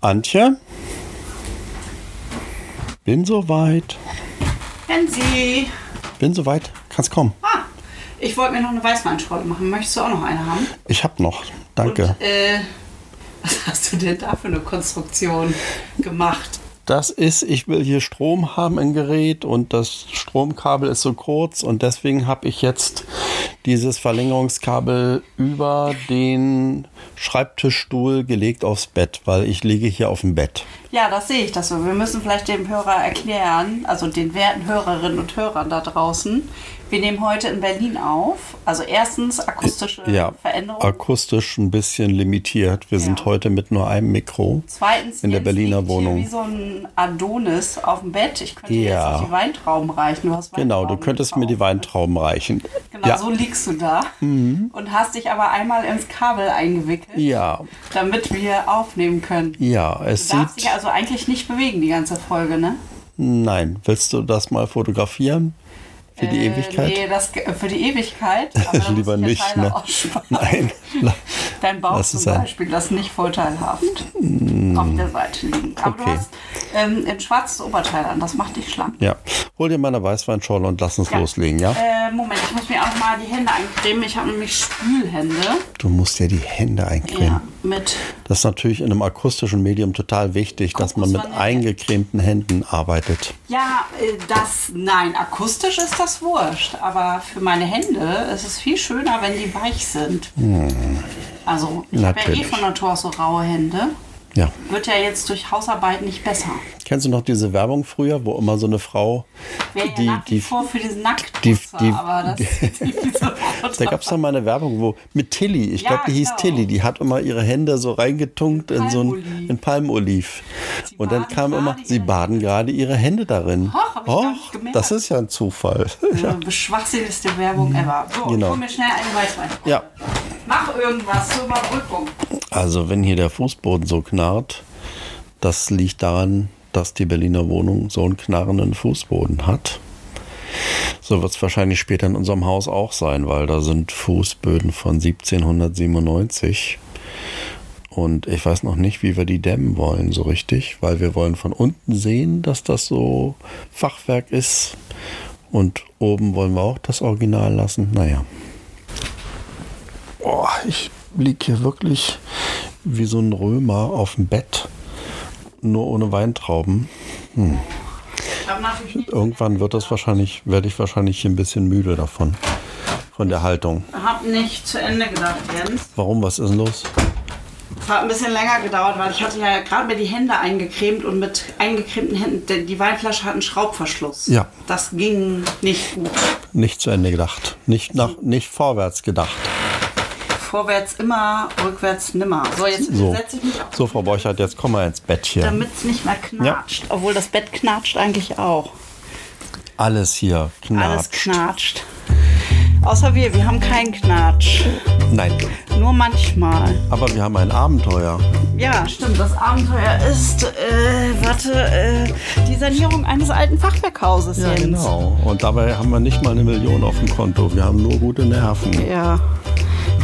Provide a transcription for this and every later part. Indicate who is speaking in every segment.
Speaker 1: Antje? Bin soweit.
Speaker 2: Hensi,
Speaker 1: Bin soweit. Kannst kommen.
Speaker 2: ah, ich wollte mir noch eine Weißweinschorle machen. Möchtest du auch noch eine haben?
Speaker 1: Ich hab noch. Danke.
Speaker 2: Und, äh, was hast du denn da für eine Konstruktion gemacht?
Speaker 1: Das ist, ich will hier Strom haben im Gerät und das Stromkabel ist so kurz und deswegen habe ich jetzt dieses Verlängerungskabel über den Schreibtischstuhl gelegt aufs Bett, weil ich liege hier auf dem Bett.
Speaker 2: Ja, das sehe ich das so. Wir müssen vielleicht dem Hörer erklären, also den werten Hörerinnen und Hörern da draußen. Wir nehmen heute in Berlin auf. Also erstens akustische
Speaker 1: Ja,
Speaker 2: Veränderungen.
Speaker 1: akustisch ein bisschen limitiert. Wir sind
Speaker 2: Ja.
Speaker 1: heute mit nur einem Mikro
Speaker 2: Zweitens,
Speaker 1: in der
Speaker 2: Jens
Speaker 1: Berliner
Speaker 2: liegt hier
Speaker 1: Wohnung.
Speaker 2: Wie so ein Adonis auf dem Bett. Ich könnte dir
Speaker 1: Ja.
Speaker 2: jetzt noch die Weintrauben reichen. Du hast
Speaker 1: Genau, du
Speaker 2: Weintrauben
Speaker 1: könntest mir die
Speaker 2: gekauft.
Speaker 1: Weintrauben reichen.
Speaker 2: Genau,
Speaker 1: ja. Mhm.
Speaker 2: so liegst du da und hast dich aber einmal ins Kabel eingewickelt,
Speaker 1: ja,
Speaker 2: damit wir aufnehmen können. Du
Speaker 1: ja, es
Speaker 2: darfst
Speaker 1: sieht.
Speaker 2: dich also eigentlich nicht bewegen, die ganze Folge, ne?
Speaker 1: Nein, willst du das mal fotografieren? Für die
Speaker 2: Äh,
Speaker 1: Ewigkeit?
Speaker 2: Nee, das, äh, für die Ewigkeit. Aber dann
Speaker 1: Lieber
Speaker 2: muss ich ja
Speaker 1: nicht,
Speaker 2: Teile
Speaker 1: ne?
Speaker 2: aussparen.
Speaker 1: Nein.
Speaker 2: Dein Bauch
Speaker 1: Lass
Speaker 2: zum
Speaker 1: es sein.
Speaker 2: Beispiel, das ist nicht vorteilhaft auf der Seite liegen. Aber
Speaker 1: Mm.
Speaker 2: du
Speaker 1: Okay.
Speaker 2: hast ähm, ein schwarzes Oberteil an, das macht dich schlank.
Speaker 1: Ja, hol dir mal eine Weißweinschorle und lass uns
Speaker 2: Ja.
Speaker 1: loslegen, ja?
Speaker 2: Äh, Moment, ich muss mir auch mal die Hände eincremen. Ich habe nämlich Spülhände.
Speaker 1: Du musst ja die Hände eincremen.
Speaker 2: Ja, mit
Speaker 1: Das ist natürlich in einem akustischen Medium total wichtig, dass man mit
Speaker 2: Kokosvanille.
Speaker 1: eingecremten Händen arbeitet.
Speaker 2: Ja, äh, das, nein, akustisch ist das wurscht, aber für meine Hände ist es viel schöner, wenn die weich sind. Also, ich habe ja eh
Speaker 1: Hm. Natürlich.
Speaker 2: von Natur aus so raue Hände.
Speaker 1: Ja.
Speaker 2: Wird ja jetzt durch Hausarbeit nicht besser.
Speaker 1: Kennst du noch diese Werbung früher, wo immer so eine Frau,
Speaker 2: Wäre ja
Speaker 1: die,
Speaker 2: nach wie
Speaker 1: die,
Speaker 2: vor für diesen Nackt,
Speaker 1: die- die-
Speaker 2: aber das ist nicht so
Speaker 1: da gab es doch mal eine Werbung, wo mit Tilly, ich
Speaker 2: Ja,
Speaker 1: glaube, die hieß
Speaker 2: genau.
Speaker 1: Tilly, die hat immer ihre Hände so reingetunkt in so ein
Speaker 2: Palmoliv.
Speaker 1: in Palmoliv.
Speaker 2: Sie
Speaker 1: Und dann
Speaker 2: baden
Speaker 1: kam immer,
Speaker 2: gerade
Speaker 1: sie
Speaker 2: ihre
Speaker 1: baden gerade ihre Hände darin.
Speaker 2: Hoch, hab ich gar nicht gemerkt.
Speaker 1: das ist ja ein Zufall.
Speaker 2: ja. beschwachsinnigste Werbung ever. So,
Speaker 1: Genau.
Speaker 2: hol mir schnell eine Weißwein.
Speaker 1: ja.
Speaker 2: Mach irgendwas zur Überbrückung.
Speaker 1: Also wenn hier der Fußboden so knarrt, das liegt daran, dass die Berliner Wohnung so einen knarrenden Fußboden hat. So wird es wahrscheinlich später in unserem Haus auch sein, weil da sind Fußböden von 1797. Und ich weiß noch nicht, wie wir die dämmen wollen so richtig, weil wir wollen von unten sehen, dass das so Fachwerk ist. Und oben wollen wir auch das Original lassen. Naja. Boah, ich liege hier wirklich wie so ein Römer auf dem Bett. Nur ohne Weintrauben.
Speaker 2: Ich habe natürlich nicht
Speaker 1: Irgendwann wird das wahrscheinlich, werde ich wahrscheinlich hier ein bisschen müde davon. Von der Haltung.
Speaker 2: hab nicht zu Ende gedacht, Jens.
Speaker 1: Warum? Was ist denn los?
Speaker 2: Es hat ein bisschen länger gedauert, weil ich hatte ja gerade mir die Hände eingecremt und mit eingecremten Händen, denn die Weinflasche hat einen Schraubverschluss.
Speaker 1: Ja.
Speaker 2: Das ging nicht gut.
Speaker 1: Nicht zu Ende gedacht. Nicht, nach, nicht vorwärts gedacht.
Speaker 2: Vorwärts immer, rückwärts nimmer. So, jetzt
Speaker 1: So.
Speaker 2: setze ich mich auf,
Speaker 1: So, Frau Borchert, jetzt komm mal ins Bett hier.
Speaker 2: damit es nicht mehr knatscht. Obwohl das Bett knatscht eigentlich auch.
Speaker 1: Alles hier
Speaker 2: Alles
Speaker 1: knatscht.
Speaker 2: knatscht. Außer wir, wir haben keinen Knatsch.
Speaker 1: Nein,
Speaker 2: Nur manchmal.
Speaker 1: aber wir haben ein Abenteuer.
Speaker 2: Ja, stimmt. Das Abenteuer ist, äh, warte, äh, die Sanierung eines alten Fachwerkhauses, Jens.
Speaker 1: Genau. Und dabei haben wir nicht mal eine Million auf dem Konto. Wir haben nur gute Nerven.
Speaker 2: Ja.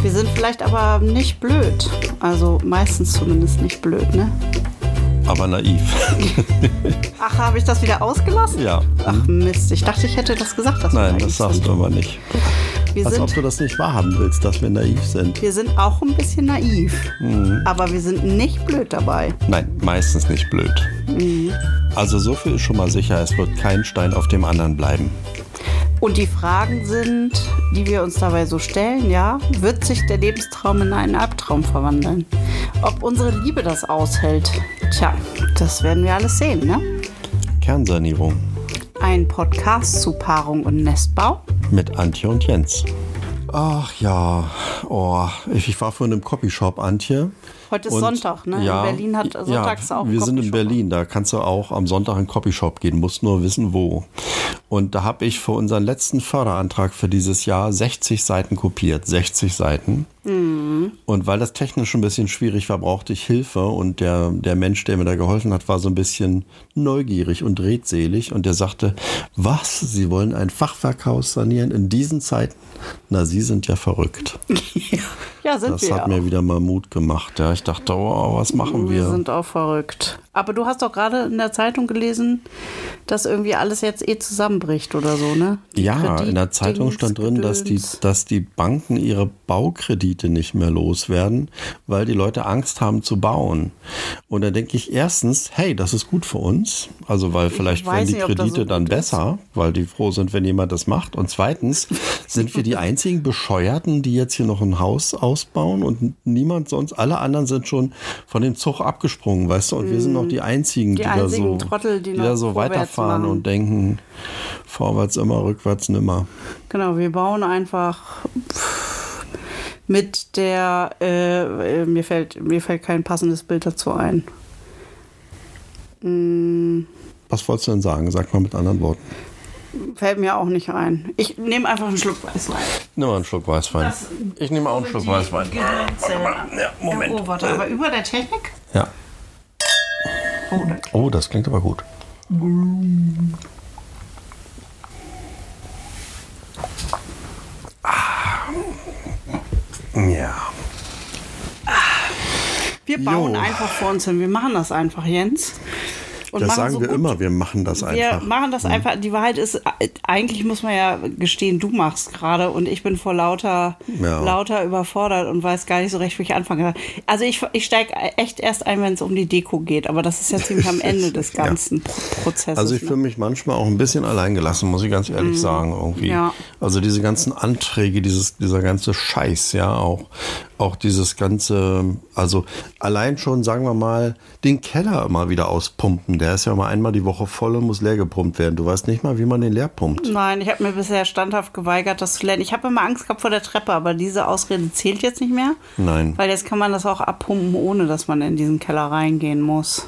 Speaker 2: Wir sind vielleicht aber nicht blöd. Also meistens zumindest nicht blöd, ne?
Speaker 1: Aber naiv.
Speaker 2: Ach, habe ich das wieder ausgelassen?
Speaker 1: Ja.
Speaker 2: Ach Mist, ich dachte, ich hätte das gesagt. Dass wir
Speaker 1: Nein,
Speaker 2: naiv
Speaker 1: das sagst
Speaker 2: sind.
Speaker 1: du immer nicht.
Speaker 2: Wir
Speaker 1: Als ob
Speaker 2: sind,
Speaker 1: du das nicht wahrhaben willst, dass wir naiv sind.
Speaker 2: wir sind auch ein bisschen naiv.
Speaker 1: Mhm.
Speaker 2: Aber wir sind nicht blöd dabei.
Speaker 1: Nein, meistens nicht blöd. Also so viel ist schon mal sicher, es wird kein Stein auf dem anderen bleiben.
Speaker 2: Und die Fragen sind, die wir uns dabei so stellen, ja, wird sich der Lebenstraum in einen Albtraum verwandeln? Ob unsere Liebe das aushält? Tja, das werden wir alles sehen, ne?
Speaker 1: Kernsanierung
Speaker 2: Ein Podcast zu Paarung und Nestbau.
Speaker 1: mit Antje und Jens. Ach ja, oh, ich, ich war vorhin im Copyshop, Antje.
Speaker 2: Heute ist
Speaker 1: Und-
Speaker 2: Sonntag, ne?
Speaker 1: Ja,
Speaker 2: in Berlin hat sonntags
Speaker 1: ja,
Speaker 2: auch
Speaker 1: Wir sind in
Speaker 2: Copyshop.
Speaker 1: Berlin, da kannst du auch am Sonntag in einen Copyshop gehen, musst nur wissen, wo. Und da habe ich für unseren letzten Förderantrag für dieses Jahr 60 Seiten kopiert. 60 Seiten. Und weil das technisch ein bisschen schwierig war, brauchte ich Hilfe. Und der, der Mensch, der mir da geholfen hat, war so ein bisschen neugierig und redselig. Und der sagte, was, Sie wollen ein Fachwerkhaus sanieren in diesen Zeiten? Na, Sie sind ja verrückt.
Speaker 2: Ja, sind
Speaker 1: das
Speaker 2: wir.
Speaker 1: hat mir wieder mal Mut gemacht. Ja, ich dachte, oh, was machen
Speaker 2: Wir
Speaker 1: wir?
Speaker 2: sind auch verrückt. Aber du hast doch gerade in der Zeitung gelesen, dass irgendwie alles jetzt eh zusammenbricht oder so, ne? Die
Speaker 1: Ja, in der
Speaker 2: Kredit-
Speaker 1: Zeitung stand drin, dass die,
Speaker 2: Gedöns.
Speaker 1: dass die Banken ihre Baukredite nicht mehr loswerden, weil die Leute Angst haben zu bauen. Und da denke ich erstens, hey, das ist gut für uns. Also, weil vielleicht
Speaker 2: weiß
Speaker 1: werden die
Speaker 2: nicht, ob das so
Speaker 1: Kredite dann
Speaker 2: gut ist.
Speaker 1: besser, weil die froh sind, wenn jemand das macht. Und zweitens sind wir die einzigen Bescheuerten, die jetzt hier noch ein Haus ausbauen und niemand sonst, alle anderen sind schon von dem Zug abgesprungen, weißt du? Und wir sind
Speaker 2: Mhm.
Speaker 1: noch die einzigen, die, da
Speaker 2: einzigen
Speaker 1: so,
Speaker 2: Trottel, die
Speaker 1: da
Speaker 2: noch
Speaker 1: so
Speaker 2: vorwärts
Speaker 1: weiterfahren
Speaker 2: machen.
Speaker 1: und denken, vorwärts immer, rückwärts nimmer.
Speaker 2: Genau, wir bauen einfach pff, mit der, äh, äh, mir, fällt, mir fällt kein passendes Bild dazu ein.
Speaker 1: Was wolltest du denn sagen? Sag mal mit anderen Worten.
Speaker 2: Fällt mir auch nicht ein. Ich nehme einfach einen Schluck Weißwein.
Speaker 1: Nimm mal einen Schluck Weißwein.
Speaker 2: Das-
Speaker 1: ich nehme auch einen Schluck Weißwein. Ja, Moment.
Speaker 2: Oh, warte, aber über der Technik?
Speaker 1: Ja.
Speaker 2: Oh, da klingt-
Speaker 1: Oh, das klingt aber gut. Ah. Ja.
Speaker 2: Wir bauen
Speaker 1: Jo.
Speaker 2: einfach vor uns hin. Wir machen das einfach, Jens. Und
Speaker 1: Das
Speaker 2: machen
Speaker 1: sagen
Speaker 2: so
Speaker 1: wir
Speaker 2: gut
Speaker 1: immer, wir machen das
Speaker 2: Wir
Speaker 1: einfach. Mhm.
Speaker 2: machen das einfach. Die Wahrheit ist, äh, eigentlich muss man ja gestehen, du machst gerade und ich bin vor lauter,
Speaker 1: Ja.
Speaker 2: lauter überfordert und weiß gar nicht so recht, wie ich anfangen kann. Also ich, ich steige echt erst ein, wenn es um die Deko geht, aber das ist ja ziemlich am Ende des
Speaker 1: Ja.
Speaker 2: ganzen Pro- Prozesses.
Speaker 1: Also ich
Speaker 2: ne?
Speaker 1: fühle mich manchmal auch ein bisschen alleingelassen, muss ich ganz ehrlich sagen, irgendwie.
Speaker 2: Mhm. Ja.
Speaker 1: Also diese ganzen Anträge, dieses, dieser ganze Scheiß, ja, auch, auch dieses ganze, also allein schon, sagen wir mal, den Keller immer wieder auspumpen. Der ist ja immer einmal die Woche voll und muss leer gepumpt werden. Du weißt nicht mal, wie man den leer pumpt.
Speaker 2: Nein, ich habe mir bisher standhaft geweigert, das zu lernen. Ich habe immer Angst gehabt vor der Treppe, aber diese Ausrede zählt jetzt nicht mehr.
Speaker 1: Nein.
Speaker 2: Weil jetzt kann man das auch abpumpen, ohne dass man in diesen Keller reingehen muss.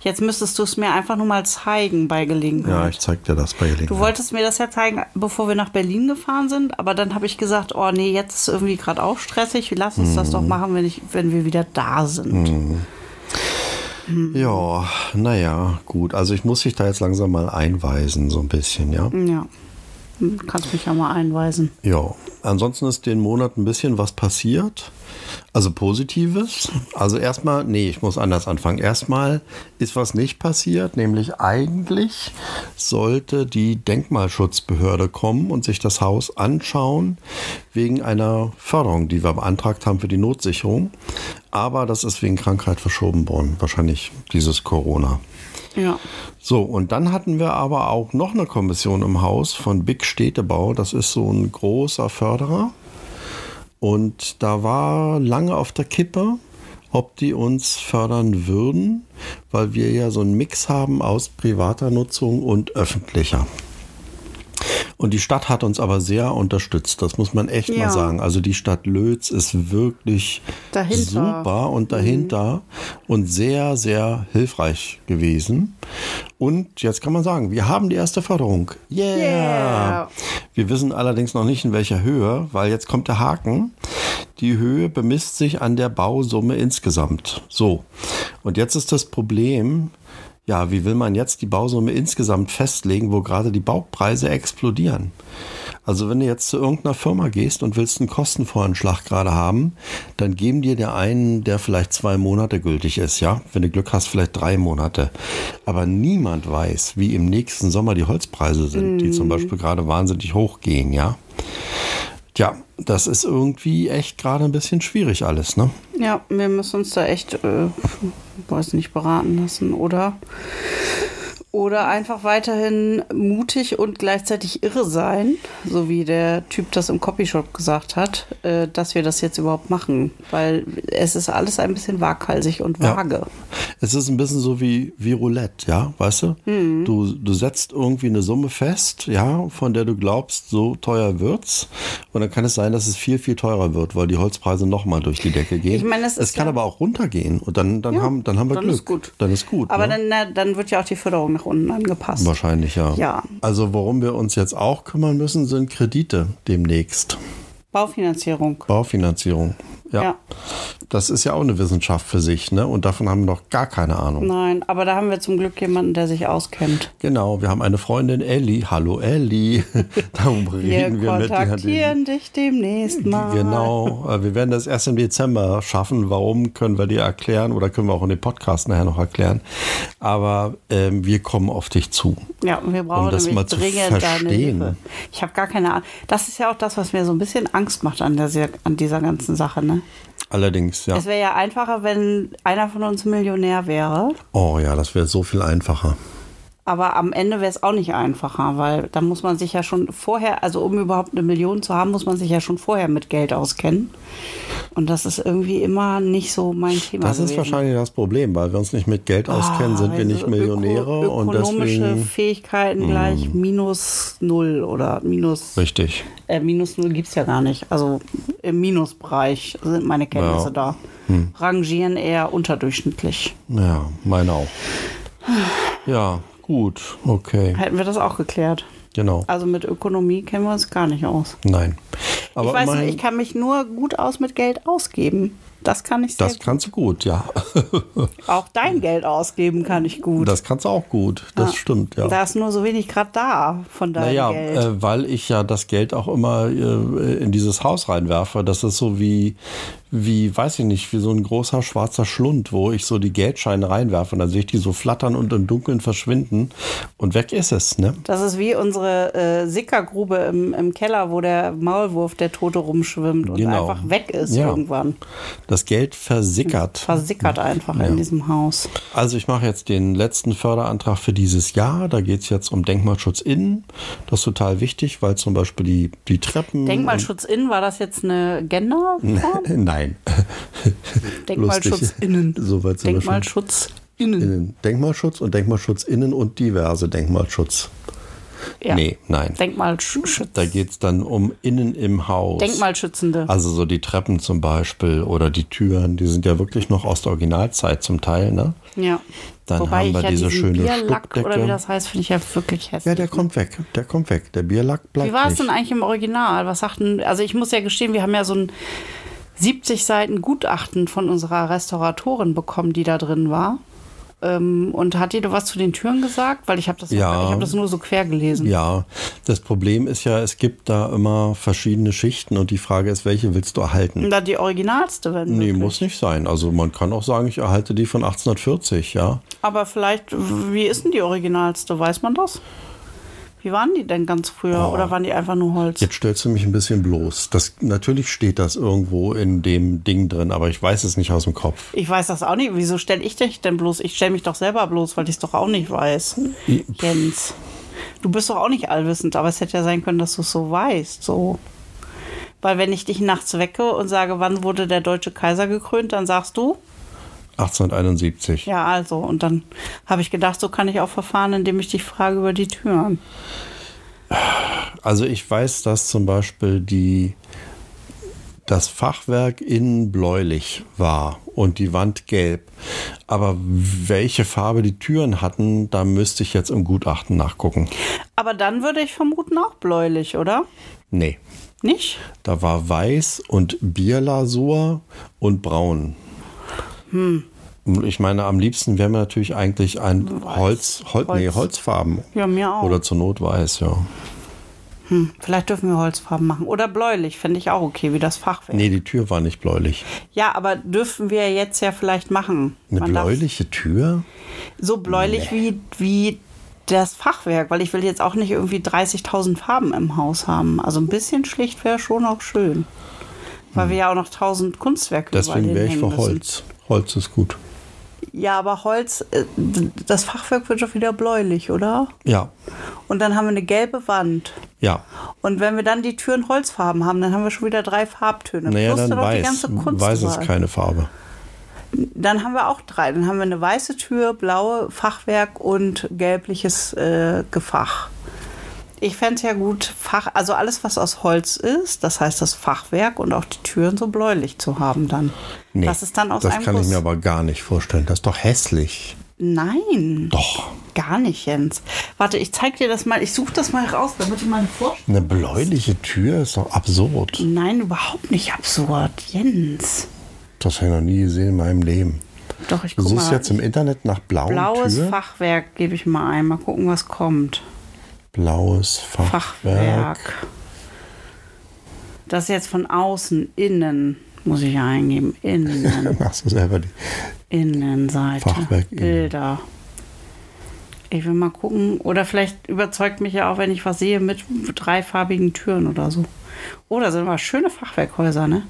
Speaker 2: Jetzt müsstest du es mir einfach nur mal zeigen bei Gelegenheit.
Speaker 1: Ja, ich zeig dir das bei Gelegenheit.
Speaker 2: Du wolltest mir das ja zeigen, bevor wir nach Berlin gefahren sind, aber dann habe ich gesagt, oh nee, jetzt ist irgendwie gerade auch stressig, lass uns das doch machen, wenn, ich, wenn wir wieder da sind.
Speaker 1: ja, naja, gut. Also ich muss dich da jetzt langsam mal einweisen, so ein bisschen, ja.
Speaker 2: Ja. Hm, Kannst mich ja mal einweisen.
Speaker 1: Ja, ansonsten ist den Monat ein bisschen was passiert. Also Positives. Also erstmal, nee, ich muss anders anfangen. Erstmal ist was nicht passiert, nämlich eigentlich sollte die Denkmalschutzbehörde kommen und sich das Haus anschauen wegen einer Förderung, die wir beantragt haben für die Notsicherung. Aber das ist wegen Krankheit verschoben worden, wahrscheinlich dieses Corona.
Speaker 2: Ja.
Speaker 1: So, und dann hatten wir aber auch noch eine Kommission im Haus von Big Städtebau. Das ist so ein großer Förderer. Und da war lange auf der Kippe, ob die uns fördern würden, weil wir ja so einen Mix haben aus privater Nutzung und öffentlicher. Und die Stadt hat uns aber sehr unterstützt, das muss man echt
Speaker 2: Ja.
Speaker 1: mal sagen. Also die Stadt Lötz ist wirklich
Speaker 2: Dahinter. Mhm.
Speaker 1: super und dahinter und sehr, sehr hilfreich gewesen. Und jetzt kann man sagen, wir haben die erste Förderung. Yeah!
Speaker 2: Yeah.
Speaker 1: Wir wissen allerdings noch nicht, in welcher Höhe, weil jetzt kommt der Haken. Die Höhe bemisst sich an der Bausumme insgesamt. So, und jetzt ist das Problem, ja, wie will man jetzt die Bausumme insgesamt festlegen, wo gerade die Baupreise explodieren? Also wenn du jetzt zu irgendeiner Firma gehst und willst einen Kostenvoranschlag gerade haben, dann geben dir der einen, der vielleicht zwei Monate gültig ist, ja. Wenn du Glück hast, vielleicht drei Monate. Aber niemand weiß, wie im nächsten Sommer die Holzpreise sind, die zum Beispiel gerade wahnsinnig hochgehen, ja. Tja, das ist irgendwie echt gerade ein bisschen schwierig alles, ne?
Speaker 2: Ja, wir müssen uns da echt, äh, weiß nicht, beraten lassen, oder? Oder einfach weiterhin mutig und gleichzeitig irre sein, so wie der Typ das im Copyshop gesagt hat, äh, dass wir das jetzt überhaupt machen. Weil es ist alles ein bisschen waghalsig und
Speaker 1: Ja.
Speaker 2: vage.
Speaker 1: Es ist ein bisschen so wie, wie Roulette, ja, weißt du?
Speaker 2: Mhm.
Speaker 1: du? Du setzt irgendwie eine Summe fest, ja, von der du glaubst, so teuer wird's. Und dann kann es sein, dass es viel, viel teurer wird, weil die Holzpreise nochmal durch die Decke gehen.
Speaker 2: Ich meine, das
Speaker 1: es
Speaker 2: ist
Speaker 1: kann
Speaker 2: ja-
Speaker 1: aber auch runtergehen und dann, dann,
Speaker 2: Ja,
Speaker 1: haben, dann haben wir
Speaker 2: dann
Speaker 1: Glück.
Speaker 2: Ist gut.
Speaker 1: Dann ist gut.
Speaker 2: Aber
Speaker 1: ne?
Speaker 2: dann, na, dann wird ja auch die Förderung nach unten angepasst.
Speaker 1: Wahrscheinlich, ja.
Speaker 2: Ja.
Speaker 1: Also worum wir uns jetzt auch kümmern müssen, sind Kredite demnächst.
Speaker 2: Baufinanzierung.
Speaker 1: Baufinanzierung. Ja.
Speaker 2: Ja.
Speaker 1: Das ist ja auch eine Wissenschaft für sich, ne? Und davon haben wir noch gar keine Ahnung.
Speaker 2: Nein, aber da haben wir zum Glück jemanden, der sich auskennt.
Speaker 1: Genau, wir haben eine Freundin, Elli. Hallo Elli. Darum
Speaker 2: Wir
Speaker 1: reden wir, mit ihr.
Speaker 2: kontaktieren dich demnächst mal.
Speaker 1: Genau, äh, wir werden das erst im Dezember schaffen. Warum können wir dir erklären oder können wir auch in dem Podcast nachher noch erklären. Aber ähm, wir kommen auf dich zu.
Speaker 2: Ja, und wir brauchen
Speaker 1: Um das
Speaker 2: nämlich
Speaker 1: mal zu
Speaker 2: dringend deine
Speaker 1: verstehen.
Speaker 2: Hilfe. Ich habe gar keine Ahnung. Das ist ja auch das, was mir so ein bisschen Angst macht an, der, Se- an dieser ganzen Sache. Ne?
Speaker 1: Allerdings, ja.
Speaker 2: Es wäre ja einfacher, wenn einer von uns Millionär wäre.
Speaker 1: Oh ja, das wäre so viel einfacher.
Speaker 2: Aber am Ende wäre es auch nicht einfacher, weil da muss man sich ja schon vorher, also um überhaupt eine Million zu haben, muss man sich ja schon vorher mit Geld auskennen. Und das ist irgendwie immer nicht so mein Thema.
Speaker 1: Das ist
Speaker 2: gewesen.
Speaker 1: wahrscheinlich das Problem, weil wir uns nicht mit Geld auskennen, sind wir
Speaker 2: also
Speaker 1: nicht Millionäre
Speaker 2: öko
Speaker 1: und
Speaker 2: ökonomische
Speaker 1: deswegen. Hm.
Speaker 2: Fähigkeiten gleich minus null oder minus
Speaker 1: Richtig.
Speaker 2: äh, minus null gibt's ja gar nicht. Also im Minusbereich sind meine Kenntnisse
Speaker 1: Ja. Hm.
Speaker 2: da. Rangieren eher unterdurchschnittlich.
Speaker 1: Ja, meine auch. Ja, gut, okay,
Speaker 2: Hätten wir das auch geklärt.
Speaker 1: genau.
Speaker 2: Also mit Ökonomie kennen wir uns gar nicht aus.
Speaker 1: Nein. Aber
Speaker 2: ich weiß
Speaker 1: immerhin,
Speaker 2: nicht, ich kann mich nur gut aus mit Geld ausgeben. Das kann ich sehr
Speaker 1: das kannst du gut, ja.
Speaker 2: gut. Auch dein Geld ausgeben kann ich gut. Ah,
Speaker 1: Das kannst du auch gut, das stimmt, ja.
Speaker 2: Da ist nur so wenig gerade da von deinem
Speaker 1: Naja,
Speaker 2: Geld.
Speaker 1: äh, weil ich ja das Geld auch immer äh, in dieses Haus reinwerfe. Das ist so wie, wie, weiß ich nicht, wie so ein großer schwarzer Schlund, wo ich so die Geldscheine reinwerfe und dann sehe ich die so flattern und im Dunkeln verschwinden und weg ist es, ne?
Speaker 2: Das ist wie unsere äh, Sickergrube im, im Keller, wo der Maulwurf, der Tote, rumschwimmt und
Speaker 1: Genau.
Speaker 2: einfach weg ist
Speaker 1: Ja.
Speaker 2: irgendwann.
Speaker 1: Das Geld versickert.
Speaker 2: Versickert einfach in diesem Haus.
Speaker 1: Also ich mache jetzt den letzten Förderantrag für dieses Jahr. Da geht es jetzt um Denkmalschutz innen. Das ist total wichtig, weil zum Beispiel die, die Treppen.
Speaker 2: Denkmalschutz innen, war das jetzt eine Genderform?
Speaker 1: Äh, Nein.
Speaker 2: Denkmalschutz
Speaker 1: Lustig.
Speaker 2: innen.
Speaker 1: So weit sind wir schon.
Speaker 2: Denkmalschutz innen.
Speaker 1: Innen. Denkmalschutz und Denkmalschutz innen und diverse Denkmalschutz.
Speaker 2: Ja.
Speaker 1: Äh, Nee, nein.
Speaker 2: Denkmalschutz.
Speaker 1: da geht es dann um innen im Haus.
Speaker 2: Denkmalschützende.
Speaker 1: Also so die Treppen zum Beispiel oder die Türen, die sind ja wirklich noch aus der Originalzeit zum Teil, ne?
Speaker 2: ja.
Speaker 1: Dann
Speaker 2: Wobei
Speaker 1: haben wir
Speaker 2: ich ja
Speaker 1: diese
Speaker 2: diesen
Speaker 1: schöne
Speaker 2: Bierlack oder
Speaker 1: Stuckdecke.
Speaker 2: wie das heißt, finde ich ja wirklich hässlich.
Speaker 1: Ja, der kommt weg. Der kommt weg. Der Bierlack bleibt
Speaker 2: Wie war es
Speaker 1: nicht.
Speaker 2: denn eigentlich im Original? Was sagten, also ich muss ja gestehen, wir haben ja so ein 70 Seiten Gutachten von unserer Restauratorin bekommen, die da drin war. Ähm, und hat jeder was zu den Türen gesagt? Weil ich habe das,
Speaker 1: Ja.
Speaker 2: ich hab das nur so quer gelesen.
Speaker 1: Ja, das Problem ist ja, es gibt da immer verschiedene Schichten und die Frage ist, welche willst du erhalten?
Speaker 2: Und da die originalste, wenn
Speaker 1: Nee,
Speaker 2: möglich.
Speaker 1: muss nicht sein. Also man kann auch sagen, ich erhalte die von 1840, ja.
Speaker 2: Aber vielleicht, wie ist denn die originalste? Weiß man das? Wie waren die denn ganz früher?
Speaker 1: Oh.
Speaker 2: Oder waren die einfach nur Holz?
Speaker 1: Jetzt stellst du mich ein bisschen bloß. Das, natürlich steht das irgendwo in dem Ding drin, aber ich weiß es nicht aus dem Kopf.
Speaker 2: Ich weiß das auch nicht. Wieso stelle ich dich denn bloß? Ich stelle mich doch selber bloß, weil ich es doch auch nicht weiß. Jens. Du bist doch auch nicht allwissend, aber es hätte ja sein können, dass du es so weißt. So. Weil wenn ich dich nachts wecke und sage, wann wurde der deutsche Kaiser gekrönt, dann sagst du,
Speaker 1: 1871.
Speaker 2: ja, also. Und dann habe ich gedacht, so kann ich auch verfahren, indem ich dich frage über die Türen.
Speaker 1: Also ich weiß, dass zum Beispiel die, das Fachwerk innen bläulich war und die Wand gelb. Aber welche Farbe die Türen hatten, da müsste ich jetzt im Gutachten nachgucken.
Speaker 2: Aber dann würde ich vermuten auch bläulich, oder?
Speaker 1: Nee.
Speaker 2: Nicht?
Speaker 1: Da war Weiß und Bierlasur und Braun.
Speaker 2: Hm.
Speaker 1: Und Ich meine, am liebsten wäre mir natürlich eigentlich ein Holz, Holz, Nee,
Speaker 2: Holz. Genau.
Speaker 1: Holzfarben.
Speaker 2: Ja, mir auch. Hm,
Speaker 1: Oder zur Not weiß, ja.
Speaker 2: Vielleicht dürfen wir Holzfarben machen. Oder bläulich, finde ich auch okay, wie das Fachwerk.
Speaker 1: Nee, die Tür war nicht bläulich.
Speaker 2: Ja, aber dürfen wir jetzt ja vielleicht machen.
Speaker 1: Eine
Speaker 2: Man darf-
Speaker 1: bläuliche Tür?
Speaker 2: So bläulich wie, wie das Fachwerk, weil ich will jetzt auch nicht irgendwie 30.000 Farben im Haus haben. Also ein bisschen schlicht wäre schon auch schön. Weil wir ja auch noch 1000 Kunstwerke
Speaker 1: Hm. Deswegen
Speaker 2: überall
Speaker 1: wäre ich
Speaker 2: hinhängen
Speaker 1: für
Speaker 2: müssen.
Speaker 1: Holz. Holz ist gut.
Speaker 2: Ja, aber Holz, äh, d- das Fachwerk wird schon wieder bläulich, oder?
Speaker 1: Ja,
Speaker 2: Und dann haben wir eine gelbe Wand.
Speaker 1: ja.
Speaker 2: Und wenn wir dann die Türen Holzfarben haben, dann haben wir schon wieder drei Farbtöne.
Speaker 1: Naja,
Speaker 2: Plus
Speaker 1: dann
Speaker 2: noch die
Speaker 1: weiß.
Speaker 2: ganze Kunst
Speaker 1: Weiß ist
Speaker 2: überall.
Speaker 1: keine Farbe.
Speaker 2: Dann haben wir auch drei. Dann haben wir eine weiße Tür, blaue Fachwerk und gelbliches äh, Gefach. Ich fände es ja gut, Fach, also alles, was aus Holz ist, das heißt das Fachwerk und auch die Türen so bläulich zu haben dann.
Speaker 1: Nee,
Speaker 2: das ist dann aus
Speaker 1: das
Speaker 2: einem
Speaker 1: kann ich
Speaker 2: Guss.
Speaker 1: mir aber gar nicht vorstellen. Das ist doch hässlich.
Speaker 2: Nein,
Speaker 1: Doch.
Speaker 2: Gar nicht, Jens. Warte, ich zeig dir das mal. Ich suche das mal raus, damit du mal eine Vorstellung
Speaker 1: Eine bläuliche Tür ist doch absurd.
Speaker 2: Nein, überhaupt nicht absurd. Jens.
Speaker 1: Das habe ich noch nie gesehen in meinem Leben.
Speaker 2: Doch, ich
Speaker 1: Du
Speaker 2: guck
Speaker 1: suchst
Speaker 2: mal.
Speaker 1: jetzt im Internet nach blauen
Speaker 2: Blaues
Speaker 1: Tür.
Speaker 2: Fachwerk gebe ich mal ein. Mal gucken, was kommt.
Speaker 1: Blaues Fachwerk.
Speaker 2: Fachwerk. Das jetzt von außen, innen, muss ich ja eingeben. Innen,
Speaker 1: Machst du selber die.
Speaker 2: Innenseite.
Speaker 1: Fachwerk, innen.
Speaker 2: Bilder. Ich will mal gucken. Oder vielleicht überzeugt mich ja auch, wenn ich was sehe mit dreifarbigen Türen oder so. Oder sind mal schöne Fachwerkhäuser, ne?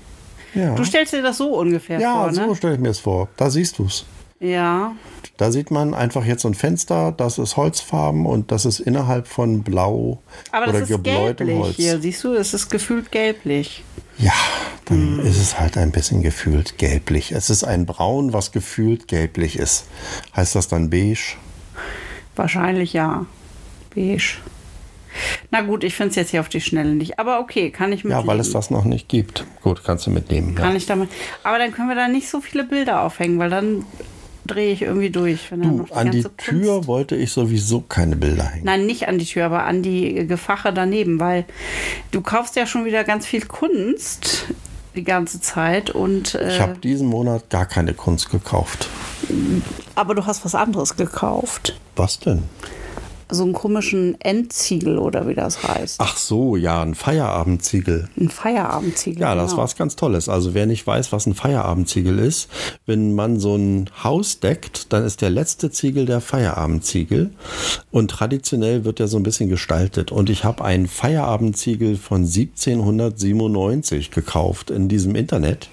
Speaker 1: Ja,
Speaker 2: Du stellst dir das so ungefähr
Speaker 1: ja
Speaker 2: vor,
Speaker 1: so
Speaker 2: ne?
Speaker 1: stelle ich mir es vor. Da siehst du es.
Speaker 2: Ja.
Speaker 1: Da sieht man einfach jetzt so ein Fenster, das ist Holzfarben und das ist innerhalb von blau
Speaker 2: Aber
Speaker 1: oder
Speaker 2: das ist
Speaker 1: gebläutem
Speaker 2: gelblich
Speaker 1: Holz.
Speaker 2: hier. Siehst du, es ist gefühlt gelblich.
Speaker 1: Ja, dann
Speaker 2: Hm.
Speaker 1: ist es halt ein bisschen gefühlt gelblich. Es ist ein Braun, was gefühlt gelblich ist. Heißt das dann beige?
Speaker 2: Wahrscheinlich ja. Beige. Na gut, ich finde es jetzt hier auf die Schnelle nicht. Aber okay, kann ich
Speaker 1: Ja,
Speaker 2: mitnehmen.
Speaker 1: weil es das noch nicht gibt. Gut, kannst du mitnehmen.
Speaker 2: Kann
Speaker 1: Ja.
Speaker 2: ich damit. Aber dann können wir da nicht so viele Bilder aufhängen, weil dann drehe ich irgendwie durch. Wenn dann
Speaker 1: Du,
Speaker 2: noch
Speaker 1: an die
Speaker 2: ganze
Speaker 1: Tür
Speaker 2: Kunst-
Speaker 1: wollte ich sowieso keine Bilder hängen.
Speaker 2: Nein, nicht an die Tür, aber an die äh, Gefache daneben, weil du kaufst ja schon wieder ganz viel Kunst die ganze Zeit und
Speaker 1: Ich
Speaker 2: äh,
Speaker 1: habe diesen Monat gar keine Kunst gekauft.
Speaker 2: aber du hast was anderes gekauft.
Speaker 1: Was denn?
Speaker 2: So einen komischen Endziegel oder wie das heißt.
Speaker 1: Ach so, ja, ein Feierabendziegel.
Speaker 2: Ein Feierabendziegel.
Speaker 1: Ja, das
Speaker 2: genau.
Speaker 1: war's ganz Tolles. Also wer nicht weiß, was ein Feierabendziegel ist, wenn man so ein Haus deckt, dann ist der letzte Ziegel der Feierabendziegel. Und traditionell wird der so ein bisschen gestaltet. Und ich habe einen Feierabendziegel von 1797 gekauft in diesem Internet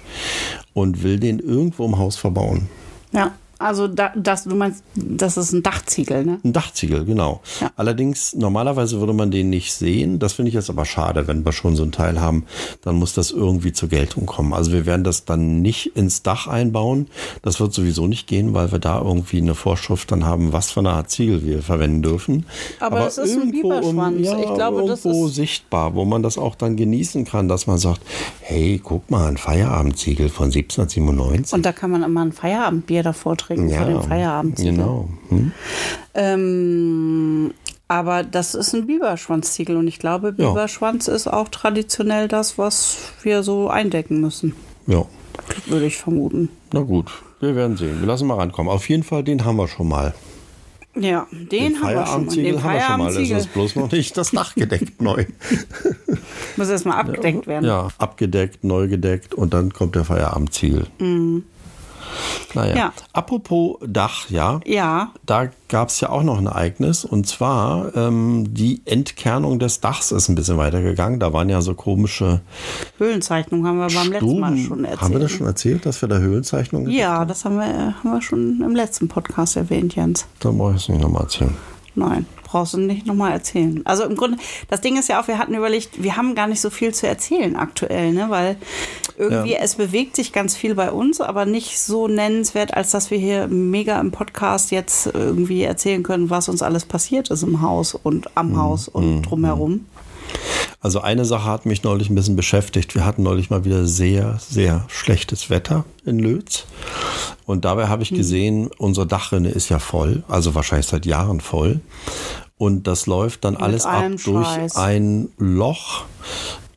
Speaker 1: und will den irgendwo im Haus verbauen.
Speaker 2: Ja, also da, das, du meinst, das ist ein Dachziegel, ne?
Speaker 1: Ein Dachziegel, genau.
Speaker 2: Ja.
Speaker 1: Allerdings, normalerweise würde man den nicht sehen. Das finde ich jetzt aber schade, wenn wir schon so einen Teil haben. Dann muss das irgendwie zur Geltung kommen. Also wir werden das dann nicht ins Dach einbauen. Das wird sowieso nicht gehen, weil wir da irgendwie eine Vorschrift dann haben, was für eine Art Ziegel wir verwenden dürfen.
Speaker 2: Aber es ist ein Biberschwanz.
Speaker 1: ja,
Speaker 2: Ich glaube, das
Speaker 1: irgendwo
Speaker 2: ist-
Speaker 1: sichtbar, wo man das auch dann genießen kann, dass man sagt, hey, guck mal, ein Feierabendziegel von 1797.
Speaker 2: Und da kann man immer ein Feierabendbier davor trinken, vor dem Feierabendziegel.
Speaker 1: Genau. Hm?
Speaker 2: Ähm, aber das ist ein Biberschwanzziegel und ich glaube,
Speaker 1: Ja.
Speaker 2: Biberschwanz ist auch traditionell das, was wir so eindecken müssen,
Speaker 1: Ja.
Speaker 2: würde ich vermuten.
Speaker 1: Na gut, wir werden sehen. Wir lassen mal rankommen. Auf jeden Fall, den haben wir schon mal.
Speaker 2: Ja, den, haben wir schon mal.
Speaker 1: Feierabendziegel haben wir schon mal. Es
Speaker 2: Feierabendziegel.
Speaker 1: ist bloß noch nicht das Dach gedeckt neu.
Speaker 2: Muss erstmal abgedeckt werden.
Speaker 1: Ja, abgedeckt, neu gedeckt und dann kommt der Feierabendziegel. Naja.
Speaker 2: Mhm. Ja.
Speaker 1: Apropos Dach, ja.
Speaker 2: ja.
Speaker 1: Da gab es ja auch noch ein Ereignis und zwar ähm, die Entkernung des Dachs ist ein bisschen weitergegang. Da waren ja so komische
Speaker 2: Höhlenzeichnung haben wir beim letzten Mal
Speaker 1: Stuben.
Speaker 2: schon erzählt. ne?
Speaker 1: Haben wir das schon erzählt, dass wir da Höhlenzeichnungen
Speaker 2: ja, das haben wir, haben wir schon im letzten Podcast erwähnt, Jens.
Speaker 1: Da brauche ich es nicht nochmal erzählen.
Speaker 2: Nein, brauchst du nicht nochmal erzählen. Also im Grunde, das Ding ist ja auch, wir hatten überlegt, wir haben gar nicht so viel zu erzählen aktuell, ne? weil irgendwie
Speaker 1: Ja.
Speaker 2: es bewegt sich ganz viel bei uns, aber nicht so nennenswert, als dass wir hier mega im Podcast jetzt irgendwie erzählen können, was uns alles passiert ist im Haus und am
Speaker 1: Mhm,
Speaker 2: Haus und drumherum.
Speaker 1: Also eine Sache hat mich neulich ein bisschen beschäftigt. Wir hatten neulich mal wieder sehr, sehr schlechtes Wetter in Lötz. Und dabei habe ich gesehen, unsere Dachrinne ist ja voll, also wahrscheinlich seit Jahren voll. Und das läuft dann alles ab
Speaker 2: allem
Speaker 1: durch
Speaker 2: Schweiß.
Speaker 1: ein Loch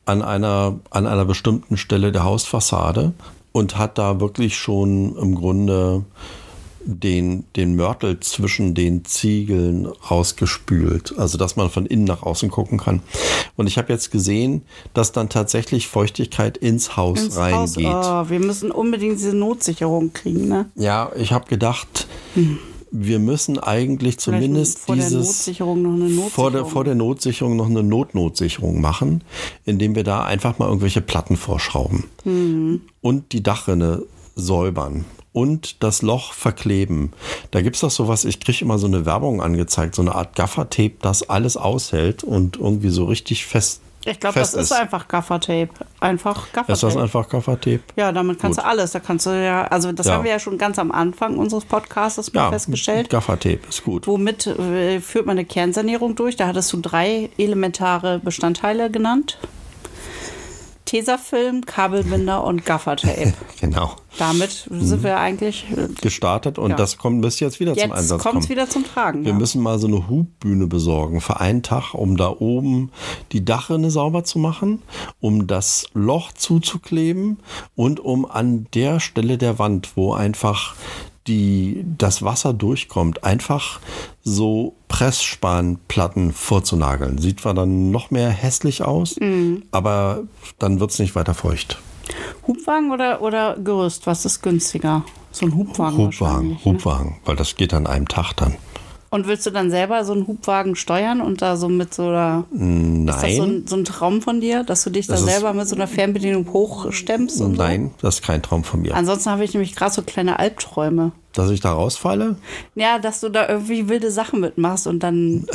Speaker 1: an einer, an einer bestimmten Stelle der Hausfassade und hat da wirklich schon im Grunde den, den Mörtel zwischen den Ziegeln rausgespült. Also, dass man von innen nach außen gucken kann. Und ich habe jetzt gesehen, dass dann tatsächlich Feuchtigkeit ins Haus
Speaker 2: Ins Haus,
Speaker 1: reingeht.
Speaker 2: oh, wir müssen unbedingt diese Notsicherung kriegen. Ne?
Speaker 1: Ja, ich habe gedacht, wir müssen eigentlich
Speaker 2: Vielleicht
Speaker 1: zumindest
Speaker 2: vor der
Speaker 1: dieses
Speaker 2: Notsicherung noch eine Notsicherung.
Speaker 1: vor der, vor der Notsicherung noch eine Notnotsicherung machen, indem wir da einfach mal irgendwelche Platten vorschrauben
Speaker 2: Mhm.
Speaker 1: und die Dachrinne säubern und das Loch verkleben. Da gibt's doch sowas, ich kriege immer so eine Werbung angezeigt, so eine Art Gaffertape, das alles aushält und irgendwie so richtig fest.
Speaker 2: ich glaube, das
Speaker 1: fest
Speaker 2: ist, einfach Gaffertape. Einfach Gaffertape.
Speaker 1: Ist das einfach Gaffertape?
Speaker 2: Ja, damit kannst
Speaker 1: Gut.
Speaker 2: du alles. Da kannst du ja, also das
Speaker 1: Ja.
Speaker 2: haben wir ja schon ganz am Anfang unseres Podcasts mal
Speaker 1: Ja,
Speaker 2: festgestellt.
Speaker 1: Gaffertape ist gut.
Speaker 2: Womit äh, führt man eine Kernsanierung durch? Da hattest du drei elementare Bestandteile genannt. Tesafilm, Kabelbinder und Gaffertape.
Speaker 1: Genau.
Speaker 2: Damit
Speaker 1: Mhm.
Speaker 2: sind wir eigentlich. äh,
Speaker 1: Gestartet und
Speaker 2: Ja.
Speaker 1: das kommt bis jetzt wieder zum
Speaker 2: Jetzt
Speaker 1: Einsatz.
Speaker 2: kommt
Speaker 1: kommen.
Speaker 2: es wieder zum Tragen.
Speaker 1: Wir
Speaker 2: ja.
Speaker 1: müssen mal so eine Hubbühne besorgen für einen Tag, um da oben die Dachrinne sauber zu machen, um das Loch zuzukleben und um an der Stelle der Wand, wo einfach die, das Wasser durchkommt, einfach so Pressspanplatten vorzunageln. Sieht zwar dann noch mehr hässlich aus,
Speaker 2: Mhm.
Speaker 1: aber dann wird es nicht weiter feucht.
Speaker 2: Hubwagen oder, oder Gerüst? Was ist günstiger? So ein Hubwagen.
Speaker 1: Hubwagen,
Speaker 2: wahrscheinlich, ne?
Speaker 1: Hubwagen, weil das geht an einem Tag dann.
Speaker 2: Und willst du dann selber so einen Hubwagen steuern und da so mit so einer. Ist das so
Speaker 1: Nein,
Speaker 2: ein, so ein Traum von dir, dass du dich da
Speaker 1: Das ist-
Speaker 2: selber mit so einer Fernbedienung hochstemmst? Und So? Ah.
Speaker 1: nein, das ist kein Traum von mir.
Speaker 2: Ansonsten habe ich nämlich gerade so kleine Albträume.
Speaker 1: Dass ich da rausfalle?
Speaker 2: Ja, dass du da irgendwie wilde Sachen mitmachst und dann